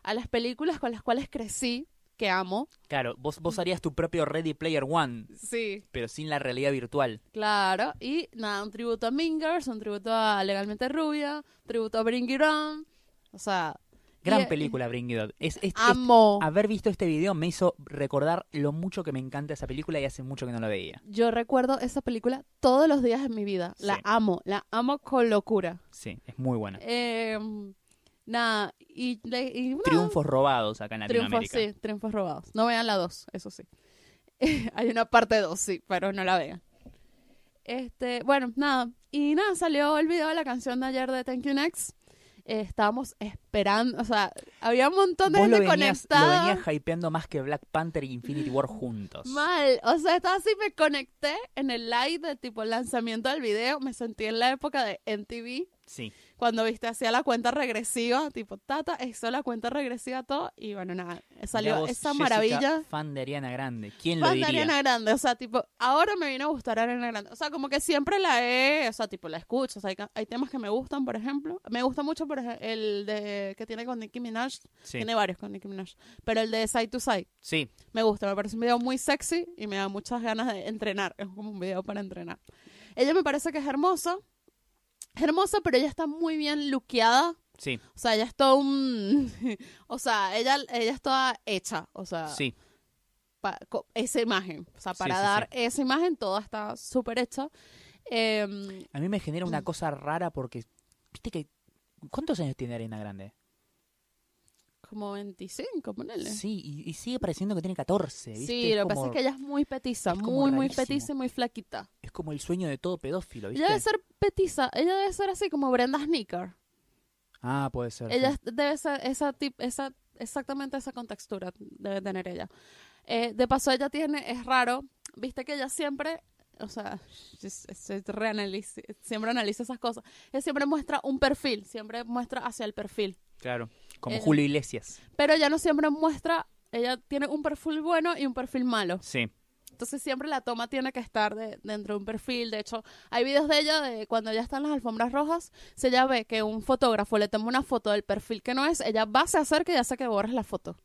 Speaker 2: a las películas con las cuales crecí que amo.
Speaker 1: Claro, vos, vos harías tu propio Ready Player One,
Speaker 2: Sí.
Speaker 1: pero sin la realidad virtual.
Speaker 2: Claro, y nada, un tributo a Mingers, un tributo a Legalmente Rubia, un tributo a Bring It On. O sea,
Speaker 1: Gran
Speaker 2: y- eh,
Speaker 1: película, Bring It On. Es, es- es-
Speaker 2: amo.
Speaker 1: haber visto este video me hizo recordar lo mucho que me encanta esa película y hace mucho que no la veía.
Speaker 2: Yo recuerdo esa película todos los días de mi vida. La
Speaker 1: Sí.
Speaker 2: amo, la amo con locura.
Speaker 1: Sí, es muy buena.
Speaker 2: Eh, nada, y, le- y nada,
Speaker 1: Triunfos robados acá en
Speaker 2: triunfos,
Speaker 1: Latinoamérica.
Speaker 2: sí, triunfos robados. No vean la 2, eso sí. Hay una parte 2, sí, pero no la vean. Este, bueno, nada, y nada, salió el video de la canción de ayer de Thank You Next. Eh, estábamos esperando, o sea, había un montón de
Speaker 1: Vos lo
Speaker 2: gente
Speaker 1: venías, lo
Speaker 2: conectada.
Speaker 1: venías hypeando más que Black Panther y Infinity War juntos.
Speaker 2: Mal, o sea, estaba así, me conecté en el live de tipo lanzamiento del video, me sentí en la época de MTV,
Speaker 1: Sí.
Speaker 2: cuando viste hacía la cuenta regresiva, tipo tata, hizo la cuenta regresiva todo, y bueno, nada, salió
Speaker 1: Mirá vos,
Speaker 2: esa
Speaker 1: Jessica,
Speaker 2: maravilla.
Speaker 1: Fan de Ariana Grande. ¿Quién lo
Speaker 2: Fan de
Speaker 1: diría?
Speaker 2: Ariana Grande, o sea, tipo, ahora me vino a gustar Ariana Grande, o sea, como que siempre la he, o sea, tipo, la escucho, o sea, hay, ca- hay temas que me gustan, por ejemplo, me gusta mucho, por ejemplo, el de, que tiene con Nicki Minaj,
Speaker 1: Sí.
Speaker 2: tiene varios con Nicki Minaj, pero el de Side to Side,
Speaker 1: sí.
Speaker 2: me gusta, me parece un video muy sexy y me da muchas ganas de entrenar. Es como un video para entrenar. Ella me parece que es hermosa. Es hermosa, pero ella está muy bien luqueada.
Speaker 1: Sí,
Speaker 2: O sea, ella es toda un... o sea, ella, ella es toda hecha. O sea,
Speaker 1: sí,
Speaker 2: pa- co- esa imagen. O sea,
Speaker 1: Sí,
Speaker 2: para
Speaker 1: sí,
Speaker 2: dar esa imagen, toda está súper hecha. Em,
Speaker 1: A mí me genera una cosa rara porque, viste que, ¿cuántos años tiene Ariana Grande?
Speaker 2: como 25, ponele.
Speaker 1: Sí, y, y sigue pareciendo que tiene 14, ¿viste?
Speaker 2: Sí,
Speaker 1: es,
Speaker 2: lo que
Speaker 1: como,
Speaker 2: pasa es que ella es muy petiza,
Speaker 1: es como
Speaker 2: muy, muy
Speaker 1: rarísimo.
Speaker 2: petiza y muy flaquita.
Speaker 1: es como el sueño de todo pedófilo, ¿viste?
Speaker 2: Ella debe ser petiza, ella debe ser así como Brenda Snicker.
Speaker 1: Ah, puede ser. sí.
Speaker 2: Ella es- debe ser esa, tip- esa exactamente esa contextura debe tener ella. Eh, de paso, ella tiene, es raro, viste que ella siempre, o sea, es- es- es reanalici- siempre analiza esas cosas. Ella siempre muestra un perfil, siempre muestra hacia el perfil.
Speaker 1: Claro. Como
Speaker 2: ella-
Speaker 1: Julio Iglesias.
Speaker 2: Pero ella no siempre muestra, ella tiene un perfil bueno y un perfil malo.
Speaker 1: Sí.
Speaker 2: Entonces siempre la toma tiene que estar de- dentro de un perfil. De hecho, hay videos de ella de cuando ella está en las alfombras rojas, si ella ve que un fotógrafo le toma una foto del perfil que no es, ella va, se acerca y hace que borres la foto.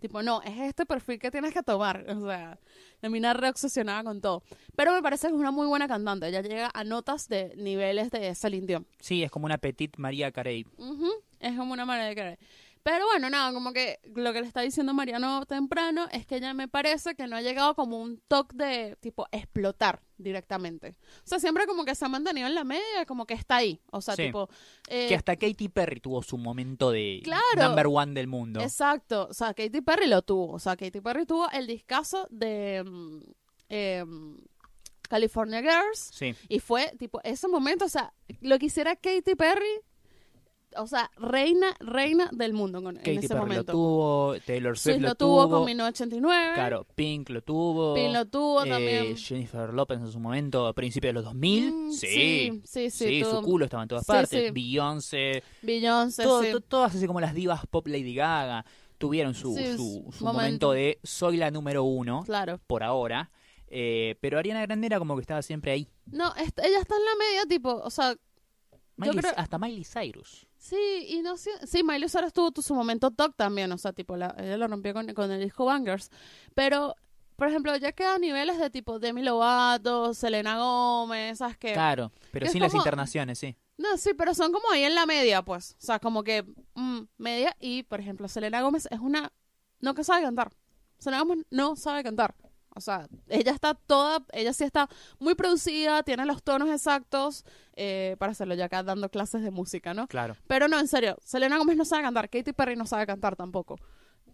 Speaker 2: tipo, no, es este perfil que tienes que tomar. O sea, la mina reobsesionada con todo. Pero me parece que es una muy buena cantante. Ella llega a notas de niveles de Celine Dion.
Speaker 1: Sí, es como una petit María Carey.
Speaker 2: Ujú, Es como una manera de querer. Pero bueno, nada, como que lo que le está diciendo Mariano temprano es que ella me parece que no ha llegado como un toque de tipo explotar directamente. O sea, siempre como que se ha mantenido en la media, como que está ahí. O sea,
Speaker 1: Sí.
Speaker 2: tipo. eh,
Speaker 1: Que hasta Katy Perry tuvo su momento de
Speaker 2: Claro.
Speaker 1: number one del mundo.
Speaker 2: Exacto. O sea, Katy Perry lo tuvo. O sea, Katy Perry tuvo el discazo de mm, em, California Girls.
Speaker 1: Sí,
Speaker 2: Y fue, tipo, ese momento, o sea, lo que hiciera Katy Perry, o sea, reina, reina del mundo con, en
Speaker 1: Katy
Speaker 2: ese
Speaker 1: Perry lo
Speaker 2: momento.
Speaker 1: tuvo, Taylor Swift
Speaker 2: Swift
Speaker 1: lo,
Speaker 2: lo tuvo con 1989.
Speaker 1: Claro, Pink lo tuvo.
Speaker 2: Pink lo tuvo
Speaker 1: eh,
Speaker 2: también.
Speaker 1: Jennifer López en su momento, a principios de los 2000.
Speaker 2: Mm,
Speaker 1: sí.
Speaker 2: sí, sí, sí,
Speaker 1: Sí,
Speaker 2: tuvo-
Speaker 1: su culo estaba en todas
Speaker 2: Sí,
Speaker 1: partes.
Speaker 2: sí.
Speaker 1: Beyoncé,
Speaker 2: Beyoncé,
Speaker 1: todo-
Speaker 2: sí.
Speaker 1: to- todas así como las divas pop Lady Gaga tuvieron su,
Speaker 2: Sí,
Speaker 1: su-
Speaker 2: es-
Speaker 1: su
Speaker 2: momento.
Speaker 1: momento de soy la número uno
Speaker 2: Claro.
Speaker 1: por ahora. eh, pero Ariana Grande era como que estaba siempre ahí.
Speaker 2: No, est- ella está en la media, tipo, o sea,
Speaker 1: Miley-
Speaker 2: creo-
Speaker 1: Hasta Miley Cyrus.
Speaker 2: sí, y no sé. Sí, Miley Cyrus tuvo tu- su momento top también, o sea, tipo, la- ella lo rompió con, con el disco Bangers. Pero, por ejemplo, ya queda a niveles de tipo Demi Lovato, Selena Gómez, esas que.
Speaker 1: Claro, pero
Speaker 2: que es
Speaker 1: sin las
Speaker 2: como-
Speaker 1: internaciones, sí.
Speaker 2: No, sí, pero son como ahí en la media, pues. O sea, como que mm, media y, por ejemplo, Selena Gómez es una... No que sabe cantar. Selena Gómez no sabe cantar. O sea, ella está toda, ella sí está muy producida, tiene los tonos exactos eh, para hacerlo ya acá dando clases de música, ¿no?
Speaker 1: Claro.
Speaker 2: Pero no, en serio, Selena Gómez no sabe cantar, Katy Perry no sabe cantar tampoco.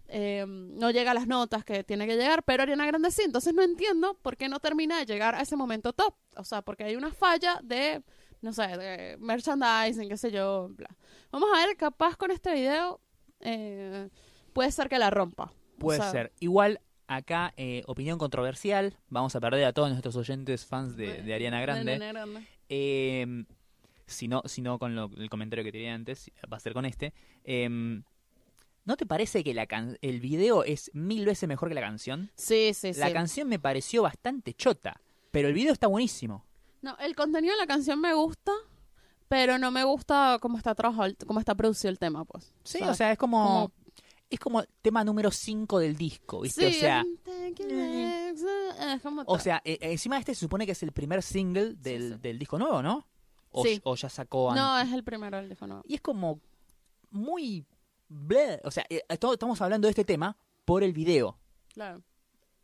Speaker 2: Eh, no llega a las notas que tiene que llegar, pero Ariana Grande sí, entonces no entiendo por qué no termina de llegar a ese momento top. O sea, porque hay una falla de, no sé, de merchandising, qué sé yo, bla. Vamos a ver, capaz con este video eh, puede ser que la rompa. O
Speaker 1: Puede
Speaker 2: sea,
Speaker 1: ser. Igual, acá, eh, opinión controversial. Vamos a perder a todos nuestros oyentes fans de, de Ariana Grande.
Speaker 2: Eh, Ariana Grande.
Speaker 1: Eh, si no, si no con lo- el comentario que tenía antes, va a ser con este. Eh, ¿No te parece que la can- el video es mil veces mejor que la canción?
Speaker 2: Sí, sí, sí.
Speaker 1: La canción me pareció bastante chota, pero el video está buenísimo.
Speaker 2: No, el contenido de la canción me gusta, pero no me gusta cómo está trabajado, el- cómo está producido el tema, pues.
Speaker 1: Sí,
Speaker 2: O sea,
Speaker 1: o sea, es como...
Speaker 2: como-
Speaker 1: es como tema número 5 del disco, ¿viste?
Speaker 2: Sí,
Speaker 1: o sea,
Speaker 2: I'm taking legs, eh, es como
Speaker 1: o
Speaker 2: tal.
Speaker 1: sea e- encima este se supone que es el primer single del,
Speaker 2: sí.
Speaker 1: del disco nuevo, ¿no? O,
Speaker 2: Sí.
Speaker 1: o ya sacó antes.
Speaker 2: No, es el primero el disco nuevo.
Speaker 1: Y es como muy... bleh. O sea, eh, to- estamos hablando de este tema por el video,
Speaker 2: Claro.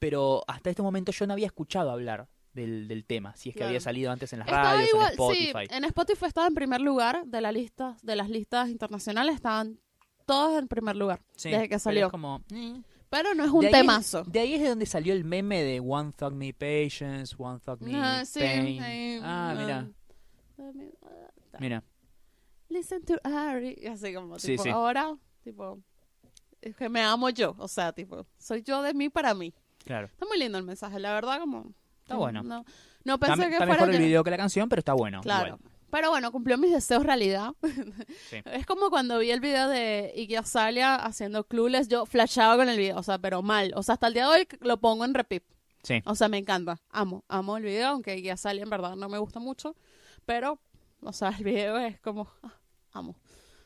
Speaker 1: pero hasta este momento yo no había escuchado hablar del, del tema, si es que
Speaker 2: Claro.
Speaker 1: había salido antes en las
Speaker 2: Estaba
Speaker 1: radios,
Speaker 2: igual-
Speaker 1: en Spotify.
Speaker 2: Sí, eh, en Spotify estaba en primer lugar de la lista, de las listas internacionales, estaban todos en primer lugar
Speaker 1: Sí,
Speaker 2: desde
Speaker 1: pero
Speaker 2: que
Speaker 1: es
Speaker 2: salió.
Speaker 1: como, mm.
Speaker 2: Pero no es un
Speaker 1: De ahí es-
Speaker 2: temazo.
Speaker 1: de ahí es de donde salió el meme de One Thug Me Patience, One Thug Me
Speaker 2: No, Ah, sí,
Speaker 1: Pain.
Speaker 2: ahí,
Speaker 1: ah,
Speaker 2: no.
Speaker 1: mira, mira.
Speaker 2: Listen to Ari. y Así como,
Speaker 1: Sí,
Speaker 2: tipo,
Speaker 1: sí.
Speaker 2: ahora, tipo, es que me amo yo. O sea, tipo, soy yo de mí para mí.
Speaker 1: Claro.
Speaker 2: Está muy lindo el mensaje, la verdad, como.
Speaker 1: Está bueno.
Speaker 2: No, no
Speaker 1: Está,
Speaker 2: pensé
Speaker 1: me-
Speaker 2: que
Speaker 1: está
Speaker 2: fuera.
Speaker 1: mejor el
Speaker 2: que-
Speaker 1: video que la canción, pero está bueno.
Speaker 2: Claro.
Speaker 1: igual.
Speaker 2: Pero bueno, cumplió mis deseos realidad.
Speaker 1: Sí.
Speaker 2: Es como cuando vi el video de Iggy Azalea haciendo clueless, yo flashaba con el video, o sea, pero mal. O sea, hasta el día de hoy lo pongo en repeat.
Speaker 1: Sí.
Speaker 2: O sea, me encanta. Amo, amo el video, aunque Iggy Azalea en verdad no me gusta mucho, pero o sea, el video es como ah, amo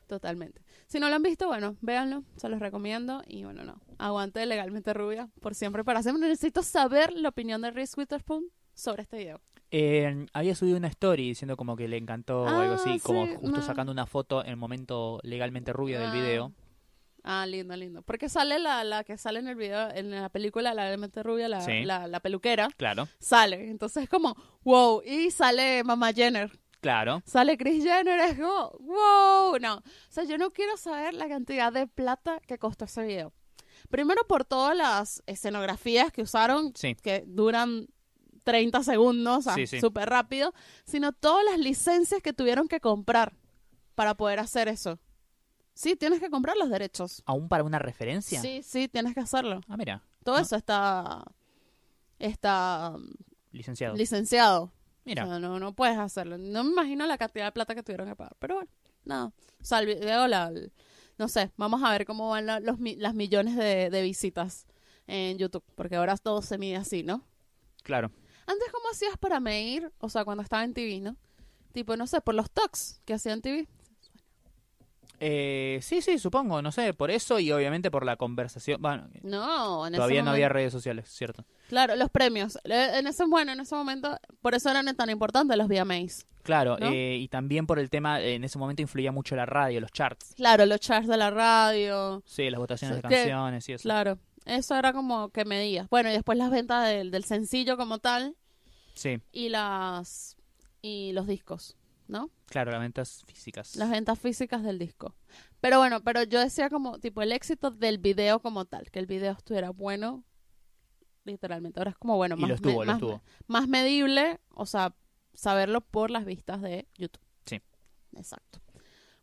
Speaker 2: totalmente. Si no lo han visto, bueno, véanlo, se los recomiendo y bueno, no. Aguante legalmente rubia por siempre para siempre. Necesito saber la opinión de Reese Witherspoon sobre este video.
Speaker 1: Eh, había subido una story diciendo como que le encantó o algo
Speaker 2: Ah,
Speaker 1: así, como
Speaker 2: sí,
Speaker 1: justo
Speaker 2: no.
Speaker 1: sacando una foto en el momento legalmente rubio del
Speaker 2: Ah.
Speaker 1: video.
Speaker 2: Ah, lindo, lindo. Porque sale la, la que sale en el video, en la película, la elemento rubia, la,
Speaker 1: Sí.
Speaker 2: la, la peluquera,
Speaker 1: Claro,
Speaker 2: sale. Entonces es como, wow. Y sale Mamá Jenner.
Speaker 1: claro.
Speaker 2: Sale Chris Jenner, es como, wow. No. O sea, yo no quiero saber la cantidad de plata que costó ese video. Primero por todas las escenografías que usaron,
Speaker 1: Sí.
Speaker 2: que duran 30 segundos, o sea,
Speaker 1: Sí, sí.
Speaker 2: súper rápido, sino todas las licencias que tuvieron que comprar para poder hacer eso. Sí, tienes que comprar los derechos.
Speaker 1: ¿Aún para una referencia?
Speaker 2: Sí, sí, tienes que hacerlo.
Speaker 1: Ah, mira,
Speaker 2: Todo
Speaker 1: No.
Speaker 2: eso está está um,
Speaker 1: licenciado.
Speaker 2: licenciado.
Speaker 1: mira,
Speaker 2: O sea, no, no puedes hacerlo. No me imagino la cantidad de plata que tuvieron que pagar. Pero bueno, nada. O sea, el video, la- el- no sé, vamos a ver cómo van la- los, mi- las millones de, de visitas en YouTube. Porque ahora todo se mide así, ¿no?
Speaker 1: claro.
Speaker 2: Antes, ¿cómo hacías para medir? O sea, cuando estaba en TV, ¿no? Tipo, no sé, por los talks que hacían en TV.
Speaker 1: Eh, sí, sí, supongo, no sé, por eso y obviamente por la conversación. Bueno,
Speaker 2: No, en ese
Speaker 1: todavía no
Speaker 2: momento-
Speaker 1: había redes sociales, ¿cierto?
Speaker 2: Claro, los premios. Eh, En ese, bueno, en ese momento, por eso eran tan importantes los VMAs.
Speaker 1: Claro,
Speaker 2: ¿No?
Speaker 1: eh, y también por el tema, eh, en ese momento influía mucho la radio, los charts.
Speaker 2: Claro, los charts de la radio.
Speaker 1: Sí, las votaciones de
Speaker 2: Sí, que-
Speaker 1: canciones y eso.
Speaker 2: Claro, eso era como que medías. Bueno, y después las ventas del, del sencillo como tal
Speaker 1: Sí,
Speaker 2: y las y los discos, ¿no?
Speaker 1: claro, las ventas físicas.
Speaker 2: Las ventas físicas del disco. Pero bueno, pero yo decía como tipo el éxito del video como tal, que el video estuviera bueno literalmente. Ahora es como bueno,
Speaker 1: Y
Speaker 2: más
Speaker 1: lo estuvo, lo
Speaker 2: me- más-
Speaker 1: estuvo.
Speaker 2: más medible, o sea, saberlo por las vistas de YouTube.
Speaker 1: Sí.
Speaker 2: Exacto.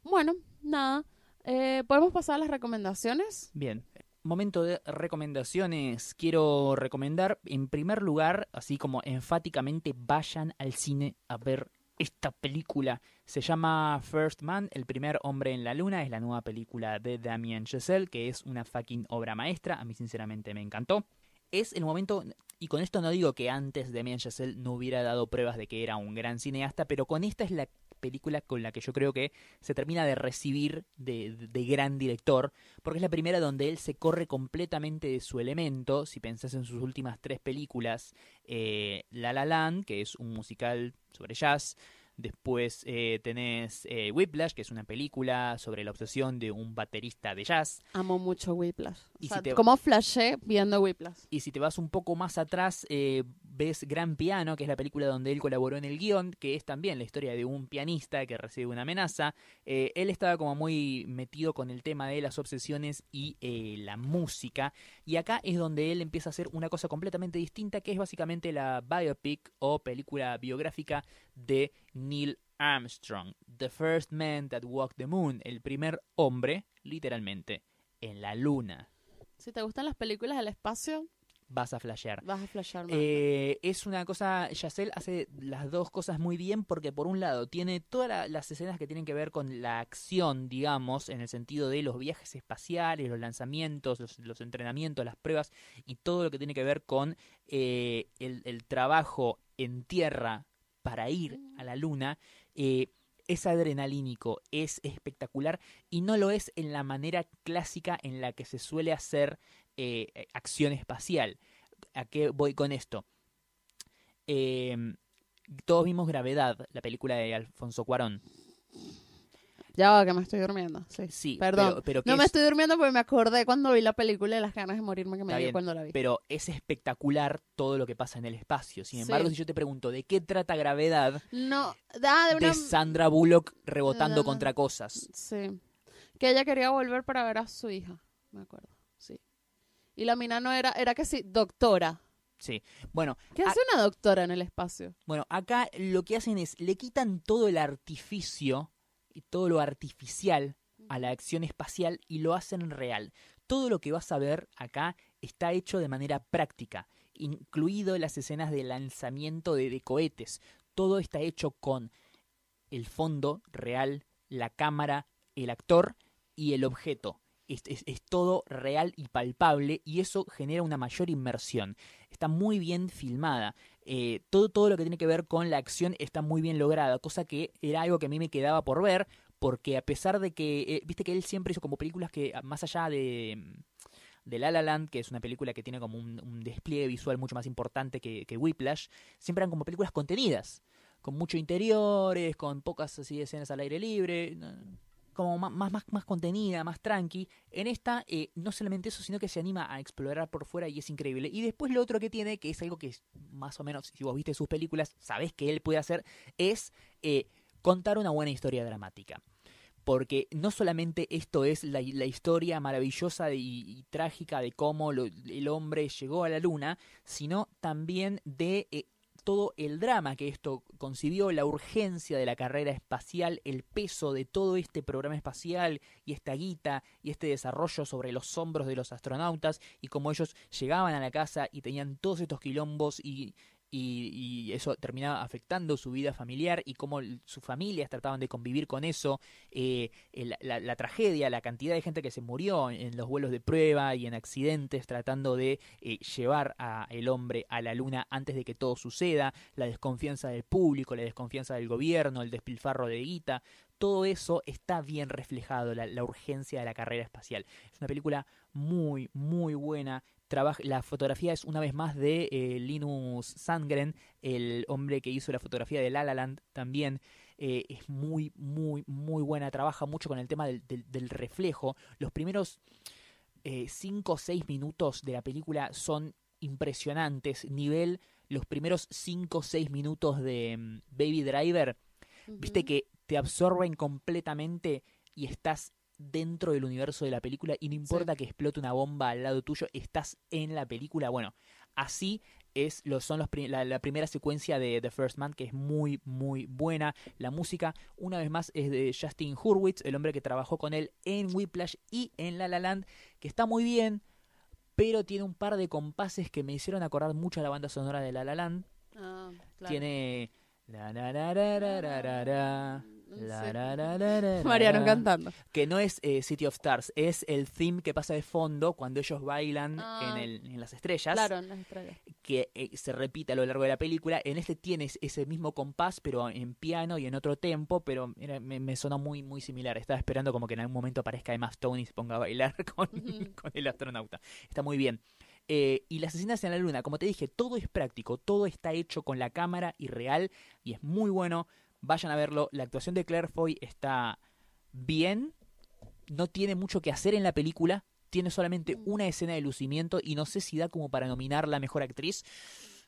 Speaker 2: Bueno, nada. eh, ¿Podemos pasar a las recomendaciones?
Speaker 1: Bien. Momento de recomendaciones. Quiero recomendar, en primer lugar, así como enfáticamente, vayan al cine a ver esta película. Se llama First Man, el primer hombre en la luna. Es la nueva película de Damien Chazelle, que es una fucking obra maestra. A mí, sinceramente, me encantó. Es el momento, y con esto no digo que antes Damien Chazelle no hubiera dado pruebas de que era un gran cineasta, pero con esta es la película con la que yo creo que se termina de recibir de- de gran director porque es la primera donde él se corre completamente de su elemento. Si pensás en sus últimas tres películas, eh, La La Land, que es un musical sobre jazz. Después eh, tenés eh, Whiplash, que es una película sobre la obsesión de un baterista de jazz.
Speaker 2: Amo mucho Whiplash.
Speaker 1: Y
Speaker 2: O sea,
Speaker 1: si te-
Speaker 2: ¿Cómo flashé viendo Whiplash?
Speaker 1: Y si te vas un poco más atrás, eh, ves Gran Piano, que es la película donde él colaboró en el guión, que es también la historia de un pianista que recibe una amenaza. Eh, él estaba como muy metido con el tema de las obsesiones y eh, la música. Y acá es donde él empieza a hacer una cosa completamente distinta, que es básicamente la biopic o película biográfica de Neil Armstrong. The First Man That Walked the Moon, el primer hombre, literalmente, en la luna.
Speaker 2: Si te gustan las películas del espacio,
Speaker 1: Vas a flashear.
Speaker 2: vas a flashear más.
Speaker 1: Eh, es una cosa, Yacel hace las dos cosas muy bien porque por un lado tiene todas la- las escenas que tienen que ver con la acción, digamos, en el sentido de los viajes espaciales, los lanzamientos, los, los entrenamientos, las pruebas y todo lo que tiene que ver con eh,
Speaker 2: Mm.
Speaker 1: el, el trabajo en tierra para ir a la luna. eh, es adrenalínico, es espectacular y no lo es en la manera clásica en la que se suele hacer eh, acción espacial. ¿A qué voy con esto? Eh, todos vimos Gravedad, la película de Alfonso Cuarón.
Speaker 2: Ya va, que me estoy durmiendo. Sí.
Speaker 1: Sí,
Speaker 2: Perdón.
Speaker 1: pero, pero que
Speaker 2: no me
Speaker 1: es-
Speaker 2: estoy durmiendo porque me acordé cuando vi la película de las ganas de morirme que me
Speaker 1: Está
Speaker 2: dio
Speaker 1: bien,
Speaker 2: cuando la vi.
Speaker 1: pero es espectacular todo lo que pasa en el espacio. Sin
Speaker 2: Sí.
Speaker 1: embargo, si yo te pregunto de qué trata Gravedad,
Speaker 2: No, ah, de una...
Speaker 1: de Sandra Bullock rebotando
Speaker 2: No, no.
Speaker 1: contra cosas.
Speaker 2: Sí. Que ella quería volver para ver a su hija, me acuerdo. Sí. Y la mina no era, era que sí, doctora.
Speaker 1: Sí. Bueno,
Speaker 2: ¿Qué
Speaker 1: Ah.
Speaker 2: hace una doctora en el espacio?
Speaker 1: Bueno, acá lo que hacen es le quitan todo el artificio y todo lo artificial a la acción espacial y lo hacen real. Todo lo que vas a ver acá está hecho de manera práctica, incluido las escenas de lanzamiento de, de cohetes. Todo está hecho con el fondo real, la cámara, el actor y el objeto. Es, es- es todo real y palpable y eso genera una mayor inmersión. Está muy bien filmada eh, todo, todo lo que tiene que ver con la acción está muy bien lograda, cosa que era algo que a mí me quedaba por ver, porque a pesar de que, eh, viste que él siempre hizo como películas que, a- más allá de, mm, de La La Land, que es una película que tiene como un, un despliegue visual mucho más importante que, que Whiplash, siempre eran como películas contenidas, con mucho interiores, con pocas así escenas al aire libre, no, como ma- más, más, más contenida, más tranqui. En esta, eh, no solamente eso, sino que se anima a explorar por fuera y es increíble. Y después lo otro que tiene, que es algo que es más o menos, si vos viste sus películas, sabés que él puede hacer, es eh, contar una buena historia dramática. Porque no solamente esto es la, la historia maravillosa y, y trágica de cómo lo- el hombre llegó a la luna, sino también de eh, todo el drama que esto concibió, la urgencia de la carrera espacial, el peso de todo este programa espacial y esta guita y este desarrollo sobre los hombros de los astronautas y cómo ellos llegaban a la casa y tenían todos estos quilombos y, y- y eso terminaba afectando su vida familiar y cómo l- sus familias trataban de convivir con eso, eh, el- la, la tragedia, la cantidad de gente que se murió en, en los vuelos de prueba y en accidentes tratando de eh, llevar a el hombre a la luna antes de que todo suceda, la desconfianza del público, la desconfianza del gobierno, el despilfarro de guita, todo eso está bien reflejado, la, la urgencia de la carrera espacial. Es una película muy, muy buena. Trabaja- la fotografía es una vez más de eh, Linus Sandgren, el hombre que hizo la fotografía de La La Land también. Eh, es muy, muy, muy buena. Trabaja mucho con el tema del- del- del reflejo. Los primeros 5 o 6 minutos de la película son impresionantes. Nivel, los primeros 5 o 6 minutos de mm, Baby Driver, viste
Speaker 2: Ujú.
Speaker 1: que te absorben completamente y estás dentro del universo de la película y no importa que explote una bomba al lado tuyo, estás en la película. Bueno, así es lo, son los, pri- la, la primera secuencia de The First Man que es muy muy buena. La música, una vez más, es de Justin Hurwitz, el hombre que trabajó con él en Whiplash y en La La Land, que está muy bien, pero tiene un par de compases que me hicieron acordar mucho a la banda sonora de La La Land.
Speaker 2: Ah, claro.
Speaker 1: Tiene... la, la, la, la, la, la, la, la.
Speaker 2: No sé.
Speaker 1: La, la, la, la, la, la.
Speaker 2: Mm, Mariano cantando.
Speaker 1: Que no es eh, City of Stars, es el theme que pasa de fondo cuando ellos bailan
Speaker 2: Ah.
Speaker 1: en, el- en las estrellas,
Speaker 2: Claro, en las estrellas.
Speaker 1: que eh, se repite a lo largo de la película. En este tienes ese mismo compás, pero en piano y en otro tempo, pero era- me, me sonó muy, muy similar. Estaba esperando como que en algún momento aparezca Emma Stone y se ponga a bailar con,
Speaker 2: Ujú.
Speaker 1: con el astronauta. Está muy bien. Eh, y las escenas en la luna, como te dije, todo es práctico, todo está hecho con la cámara y real, y es muy bueno. Vayan a verlo. La actuación de Claire Foy está bien, no tiene mucho que hacer en la película, tiene solamente una escena de lucimiento y no sé si da como para nominar la mejor actriz,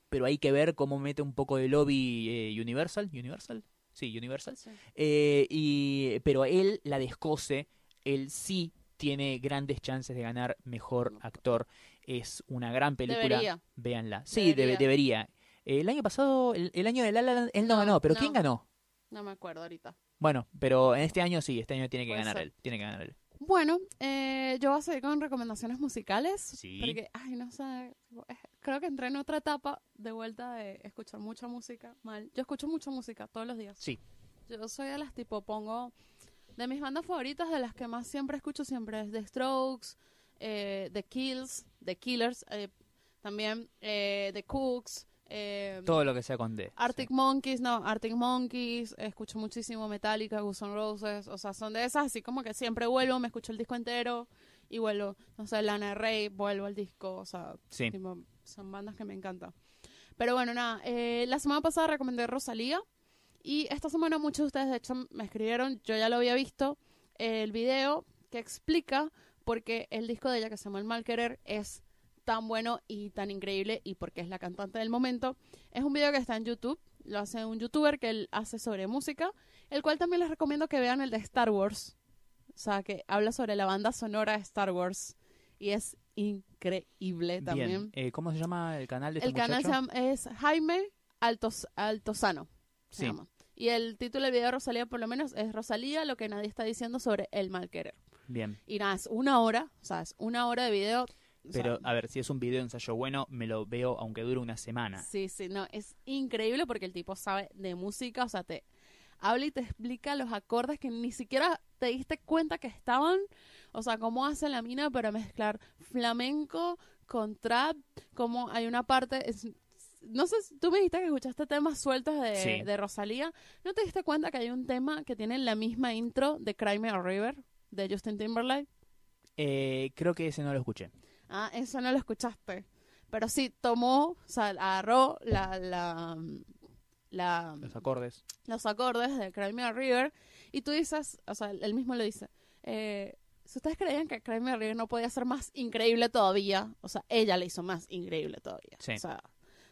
Speaker 1: pero hay que ver cómo mete un poco de lobby eh, Universal, Universal, sí, Universal.
Speaker 2: Sí.
Speaker 1: Eh, y, pero él la descose, él sí tiene grandes chances de ganar mejor actor. Es una gran película.
Speaker 2: Debería.
Speaker 1: Véanla. Sí, debe- debería. El año pasado, el, el año de La La Land, él no,
Speaker 2: No,
Speaker 1: ganó, pero
Speaker 2: no.
Speaker 1: ¿quién ganó?
Speaker 2: No me acuerdo ahorita.
Speaker 1: Bueno, pero en este año sí, este año tiene que
Speaker 2: Puede
Speaker 1: ganar
Speaker 2: ser.
Speaker 1: él. Tiene que ganar él.
Speaker 2: Bueno, eh, yo voy a seguir con recomendaciones musicales.
Speaker 1: Sí.
Speaker 2: Porque, ay, no sé. tipo, eh, Creo que entré en otra etapa de vuelta de escuchar mucha música. Mal. Yo escucho mucha música todos los días.
Speaker 1: Sí.
Speaker 2: Yo soy de las tipo, pongo. De mis bandas favoritas, de las que más siempre escucho, siempre es The Strokes, eh, The Kills, The Killers, eh, también eh, The Cooks, eh,
Speaker 1: Todo lo que sea con D.
Speaker 2: Arctic Monkeys, no, Arctic Monkeys, escucho muchísimo Metallica, Guns N' Roses, o sea, son de esas así como que siempre vuelvo, me escucho el disco entero y vuelvo, no sé, Lana Del Rey, vuelvo al disco, o sea,
Speaker 1: Sí. Sí.
Speaker 2: tipo, son bandas que me encantan. Pero bueno, nada, eh, la semana pasada recomendé Rosalía y esta semana muchos de ustedes de hecho me escribieron, yo ya lo había visto, eh, el video que explica por qué el disco de ella que se llama El Mal Querer es tan bueno y tan increíble y porque es la cantante del momento. Es un video que está en YouTube, lo hace un youtuber que él hace sobre música, el cual también les recomiendo que vean el de Star Wars. O sea, que habla sobre la banda sonora de Star Wars y es increíble
Speaker 1: Bien.
Speaker 2: también.
Speaker 1: Eh, ¿Cómo se llama el canal de este
Speaker 2: El canal se
Speaker 1: muchacho?
Speaker 2: llama- es Jaime Altos, Altozano. se
Speaker 1: Sí.
Speaker 2: llama. Y el título del video de Rosalía, por lo menos, es Rosalía, lo que nadie está diciendo sobre el mal querer.
Speaker 1: Bien.
Speaker 2: Y nada, es una hora, o sea, es una hora de video. o sea,
Speaker 1: Pero, a ver, si es un video ensayo bueno, me lo veo aunque dure una semana.
Speaker 2: Sí, sí, no, es increíble porque el tipo sabe de música, o sea, te habla y te explica los acordes que ni siquiera te diste cuenta que estaban, o sea, cómo hace la mina para mezclar flamenco con trap, cómo hay una parte, es- no sé, si- tú me dijiste que escuchaste temas sueltos de,
Speaker 1: Sí.
Speaker 2: de Rosalía, ¿no te diste cuenta que hay un tema que tiene la misma intro de Cry Me a River de Justin Timberlake?
Speaker 1: Eh, creo que ese no lo escuché.
Speaker 2: Ah, eso no lo escuchaste. Pero sí, tomó, o sea, agarró la, la, la-
Speaker 1: Los acordes.
Speaker 2: los acordes de Cry Me a River y tú dices, o sea, él mismo lo dice, eh, si ustedes creían que Cry Me a River no podía ser más increíble todavía, o sea, ella le hizo más increíble todavía.
Speaker 1: Sí.
Speaker 2: O sea,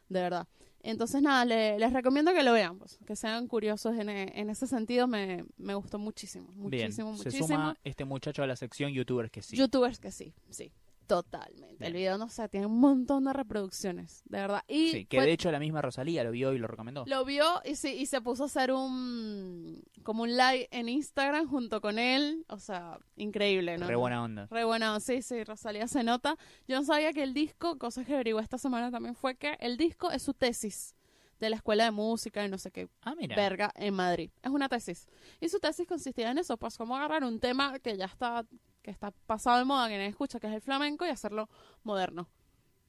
Speaker 2: de verdad. Entonces, nada, le- les recomiendo que lo vean, pues, que sean curiosos en, e- en ese sentido, me, me gustó muchísimo,
Speaker 1: Bien.
Speaker 2: muchísimo,
Speaker 1: Se
Speaker 2: muchísimo.
Speaker 1: suma este muchacho a la sección youtubers que sí.
Speaker 2: Youtubers que sí, sí, totalmente.
Speaker 1: Bien.
Speaker 2: El video, no sé, tiene un montón de reproducciones, de verdad. Y
Speaker 1: Sí, que
Speaker 2: fue-
Speaker 1: de hecho la misma Rosalía lo vio y lo recomendó.
Speaker 2: pues lo vio y, sí, y se puso a hacer un, como un live en Instagram junto con él. O sea, increíble, ¿no?
Speaker 1: Re buena onda.
Speaker 2: Re bueno, sí, sí, Rosalía se nota. Yo no sabía que el disco, cosas que averigué esta semana también fue que el disco es su tesis de la escuela de música y no sé qué
Speaker 1: Ah, mira.
Speaker 2: verga en Madrid. Es una tesis. Y su tesis consistía en eso, pues cómo agarrar un tema que ya está que está pasado de moda, que nadie escucha, que es el flamenco, y hacerlo moderno.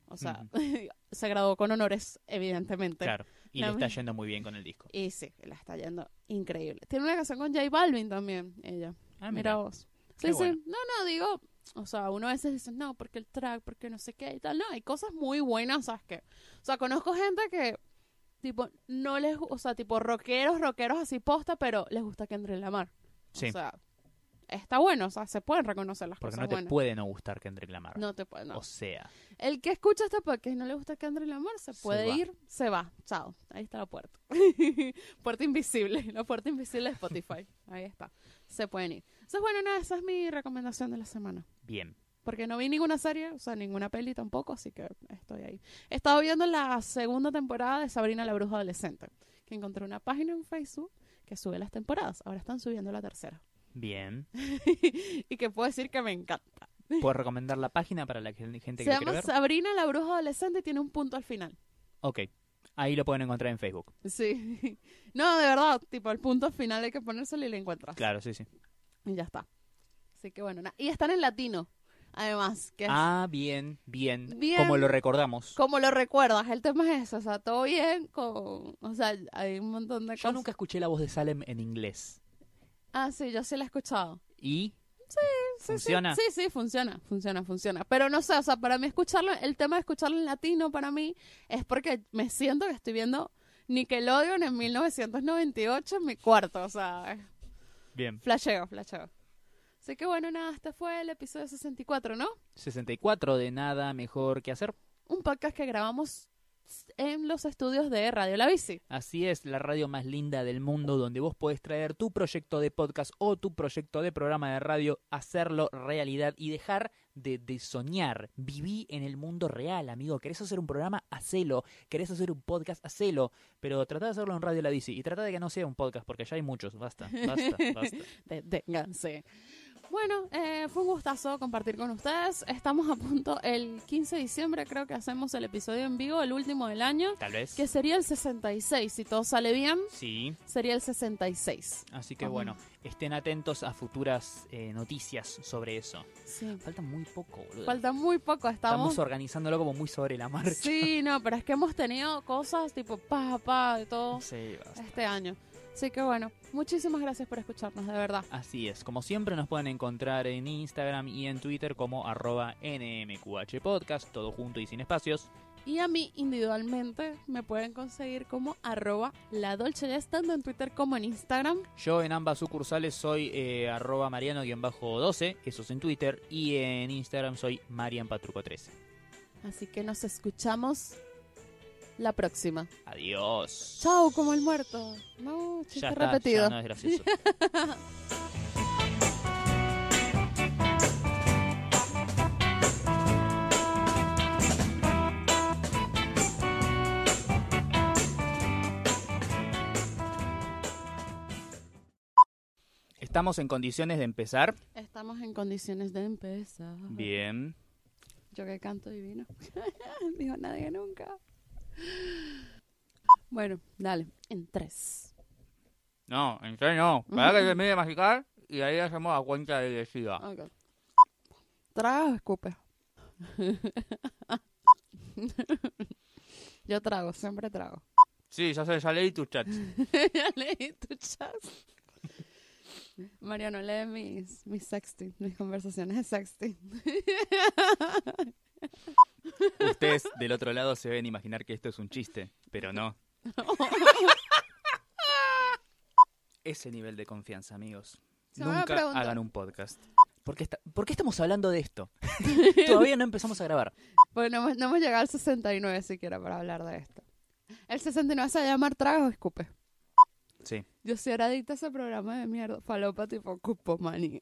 Speaker 2: O sea, se graduó con honores, evidentemente.
Speaker 1: Claro. Y
Speaker 2: La
Speaker 1: le está
Speaker 2: mi-
Speaker 1: yendo muy bien con el disco.
Speaker 2: Y sí, la está yendo increíble. Tiene una canción con J Balvin también, ella.
Speaker 1: Ah,
Speaker 2: Mira
Speaker 1: mira.
Speaker 2: vos. Sí,
Speaker 1: Qué
Speaker 2: sí.
Speaker 1: bueno.
Speaker 2: No, no, digo, o sea, uno a veces dice, no, porque el track, porque no sé qué y tal. No, hay cosas muy buenas, ¿sabes qué? O sea, conozco gente que, tipo, no les, gu- o sea, tipo, rockeros, rockeros así posta, pero les gusta Kendrick Lamar.
Speaker 1: Sí.
Speaker 2: O sea, está bueno, o sea, se pueden reconocer las
Speaker 1: Porque
Speaker 2: cosas
Speaker 1: no te
Speaker 2: buenas.
Speaker 1: puede no gustar Kendrick Lamar.
Speaker 2: No te pueden, no.
Speaker 1: O sea,
Speaker 2: El que escucha este podcast y no le gusta Kendrick Lamar se
Speaker 1: Se
Speaker 2: puede
Speaker 1: va.
Speaker 2: ir, se va. Chao. Ahí está la puerta. puerta invisible. La puerta invisible de Spotify. Ahí está. Se pueden ir. Entonces, bueno, nada, esa es mi recomendación de la semana.
Speaker 1: bien.
Speaker 2: Porque no vi ninguna serie, o sea, ninguna peli tampoco, así que estoy ahí. He estado viendo la segunda temporada de Sabrina la Bruja Adolescente, que encontré una página en Facebook que sube las temporadas. Ahora están subiendo la tercera.
Speaker 1: Bien.
Speaker 2: y que puedo decir que me encanta.
Speaker 1: ¿Puedes recomendar la página para la que- gente que lo
Speaker 2: Se
Speaker 1: quiere
Speaker 2: llama
Speaker 1: ver?
Speaker 2: Sabrina la Bruja Adolescente y tiene un punto al final.
Speaker 1: Ok. Ahí lo pueden encontrar en Facebook.
Speaker 2: Sí. No, de verdad, tipo, el punto final hay que ponérselo y lo encuentras.
Speaker 1: Claro, sí, sí.
Speaker 2: Y ya está. Así que bueno, na- y están en latino, además, que es
Speaker 1: Ah, bien, bien,
Speaker 2: Bien.
Speaker 1: Como lo recordamos.
Speaker 2: como lo recuerdas, el tema es eso, o sea, todo bien, con, o sea, hay un montón de
Speaker 1: Yo
Speaker 2: cosas.
Speaker 1: nunca escuché la voz de Salem en inglés.
Speaker 2: Ah, sí, yo sí la he escuchado.
Speaker 1: ¿Y?
Speaker 2: Sí, sí,
Speaker 1: ¿Funciona?
Speaker 2: Sí, sí, funciona, funciona, funciona. Pero no sé, o sea, para mí escucharlo, el tema de escucharlo en latino para mí es porque me siento que estoy viendo Nickelodeon en 1998 en mi cuarto, o sea, es
Speaker 1: Bien.
Speaker 2: Flasheo, flasheo. Así que bueno, nada, este fue el episodio 64, ¿no?
Speaker 1: 64 de nada mejor que hacer.
Speaker 2: Un podcast que grabamos en los estudios de Radio La Bici.
Speaker 1: Así es, la radio más linda del mundo donde vos podés traer tu proyecto de podcast o tu proyecto de programa de radio, hacerlo realidad y dejar de, de soñar. Viví en el mundo real, amigo. ¿Querés hacer un programa? Hacelo. ¿Querés hacer un podcast? Hacelo. Pero trata de hacerlo en Radio La Bici y trata de que no sea un podcast porque ya hay muchos. Basta, basta, basta.
Speaker 2: Deténganse. Bueno, eh, fue un gustazo compartir con ustedes. Estamos a punto, el 15 de diciembre creo que hacemos el episodio en vivo, el último del año,
Speaker 1: Tal vez.
Speaker 2: que sería el 66. Si todo sale bien,
Speaker 1: Sí.
Speaker 2: sería el 66.
Speaker 1: Así que
Speaker 2: Ajá.
Speaker 1: bueno, estén atentos a futuras eh, noticias sobre eso.
Speaker 2: Sí.
Speaker 1: Faltan muy muy poco, boludo.
Speaker 2: Falta muy poco,
Speaker 1: Estamos...
Speaker 2: estamos...
Speaker 1: organizándolo como muy sobre la marcha.
Speaker 2: Sí, no, pero es que hemos tenido cosas tipo pa, pa, de todo
Speaker 1: Sí, basta.
Speaker 2: este año. Así que bueno, muchísimas gracias por escucharnos, de verdad.
Speaker 1: Así es, como siempre nos pueden encontrar en Instagram y en Twitter como arroba NMQH Podcast, todo junto y sin espacios.
Speaker 2: Y a mí individualmente me pueden conseguir como arroba la Dolce Jazz, tanto en Twitter como en Instagram.
Speaker 1: Yo en ambas sucursales soy eh, arroba mariano-12, eso es en Twitter, y en Instagram soy marianpatruco13.
Speaker 2: Así que nos escuchamos la próxima.
Speaker 1: Adiós.
Speaker 2: Chao, como el muerto. No, chiste
Speaker 1: Ya está,
Speaker 2: repetido.
Speaker 1: ya no es gracioso. Estamos en condiciones de empezar.
Speaker 2: Estamos en condiciones de empezar.
Speaker 1: Bien.
Speaker 2: Yo que canto divino. Dijo nadie nunca. Bueno, dale, en tres.
Speaker 3: No, en serio no.
Speaker 2: Mm.
Speaker 3: Para que se mire masticar y ahí hacemos la cuenta regresiva.
Speaker 2: Ok. Tragas o escupes. Yo trago, siempre trago.
Speaker 3: Sí, ya se sale y tus chats.
Speaker 2: ya leí tu chat. Mariano, lee mis, mis sexting, mis conversaciones de sexting.
Speaker 1: Ustedes del otro lado se ven imaginar que esto es un chiste, pero no. Ese nivel de confianza, amigos.
Speaker 2: Se me va a
Speaker 1: Nunca
Speaker 2: preguntar.
Speaker 1: hagan un podcast. ¿Por qué, esta- por qué estamos hablando de esto? Todavía no empezamos a grabar.
Speaker 2: Bueno, no hemos, no hemos llegado al 69 siquiera para hablar de esto. El 69 se va a llamar trago o escupe.
Speaker 1: Sí.
Speaker 2: Yo sí era adicta a ese programa de mierda. Falopa tipo cupomanía.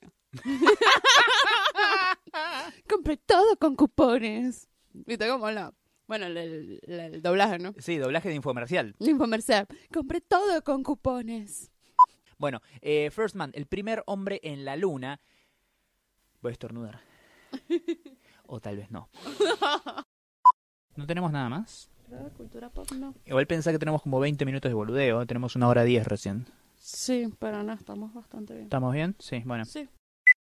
Speaker 2: Compré todo con cupones. ¿Viste cómo no? Bueno, el, el- el doblaje, ¿no?
Speaker 1: Sí, doblaje de infomercial.
Speaker 2: Infomercial. Compré todo con cupones.
Speaker 1: Bueno, eh, First Man, el primer hombre en la luna. Voy a estornudar. O tal vez no. No tenemos nada más.
Speaker 2: Cultura pop no.
Speaker 1: Igual pensá que tenemos como 20 minutos de boludeo. Tenemos una hora 10 recién.
Speaker 2: Sí, pero no, estamos bastante bien.
Speaker 1: ¿Estamos bien? Sí, bueno.
Speaker 2: Sí.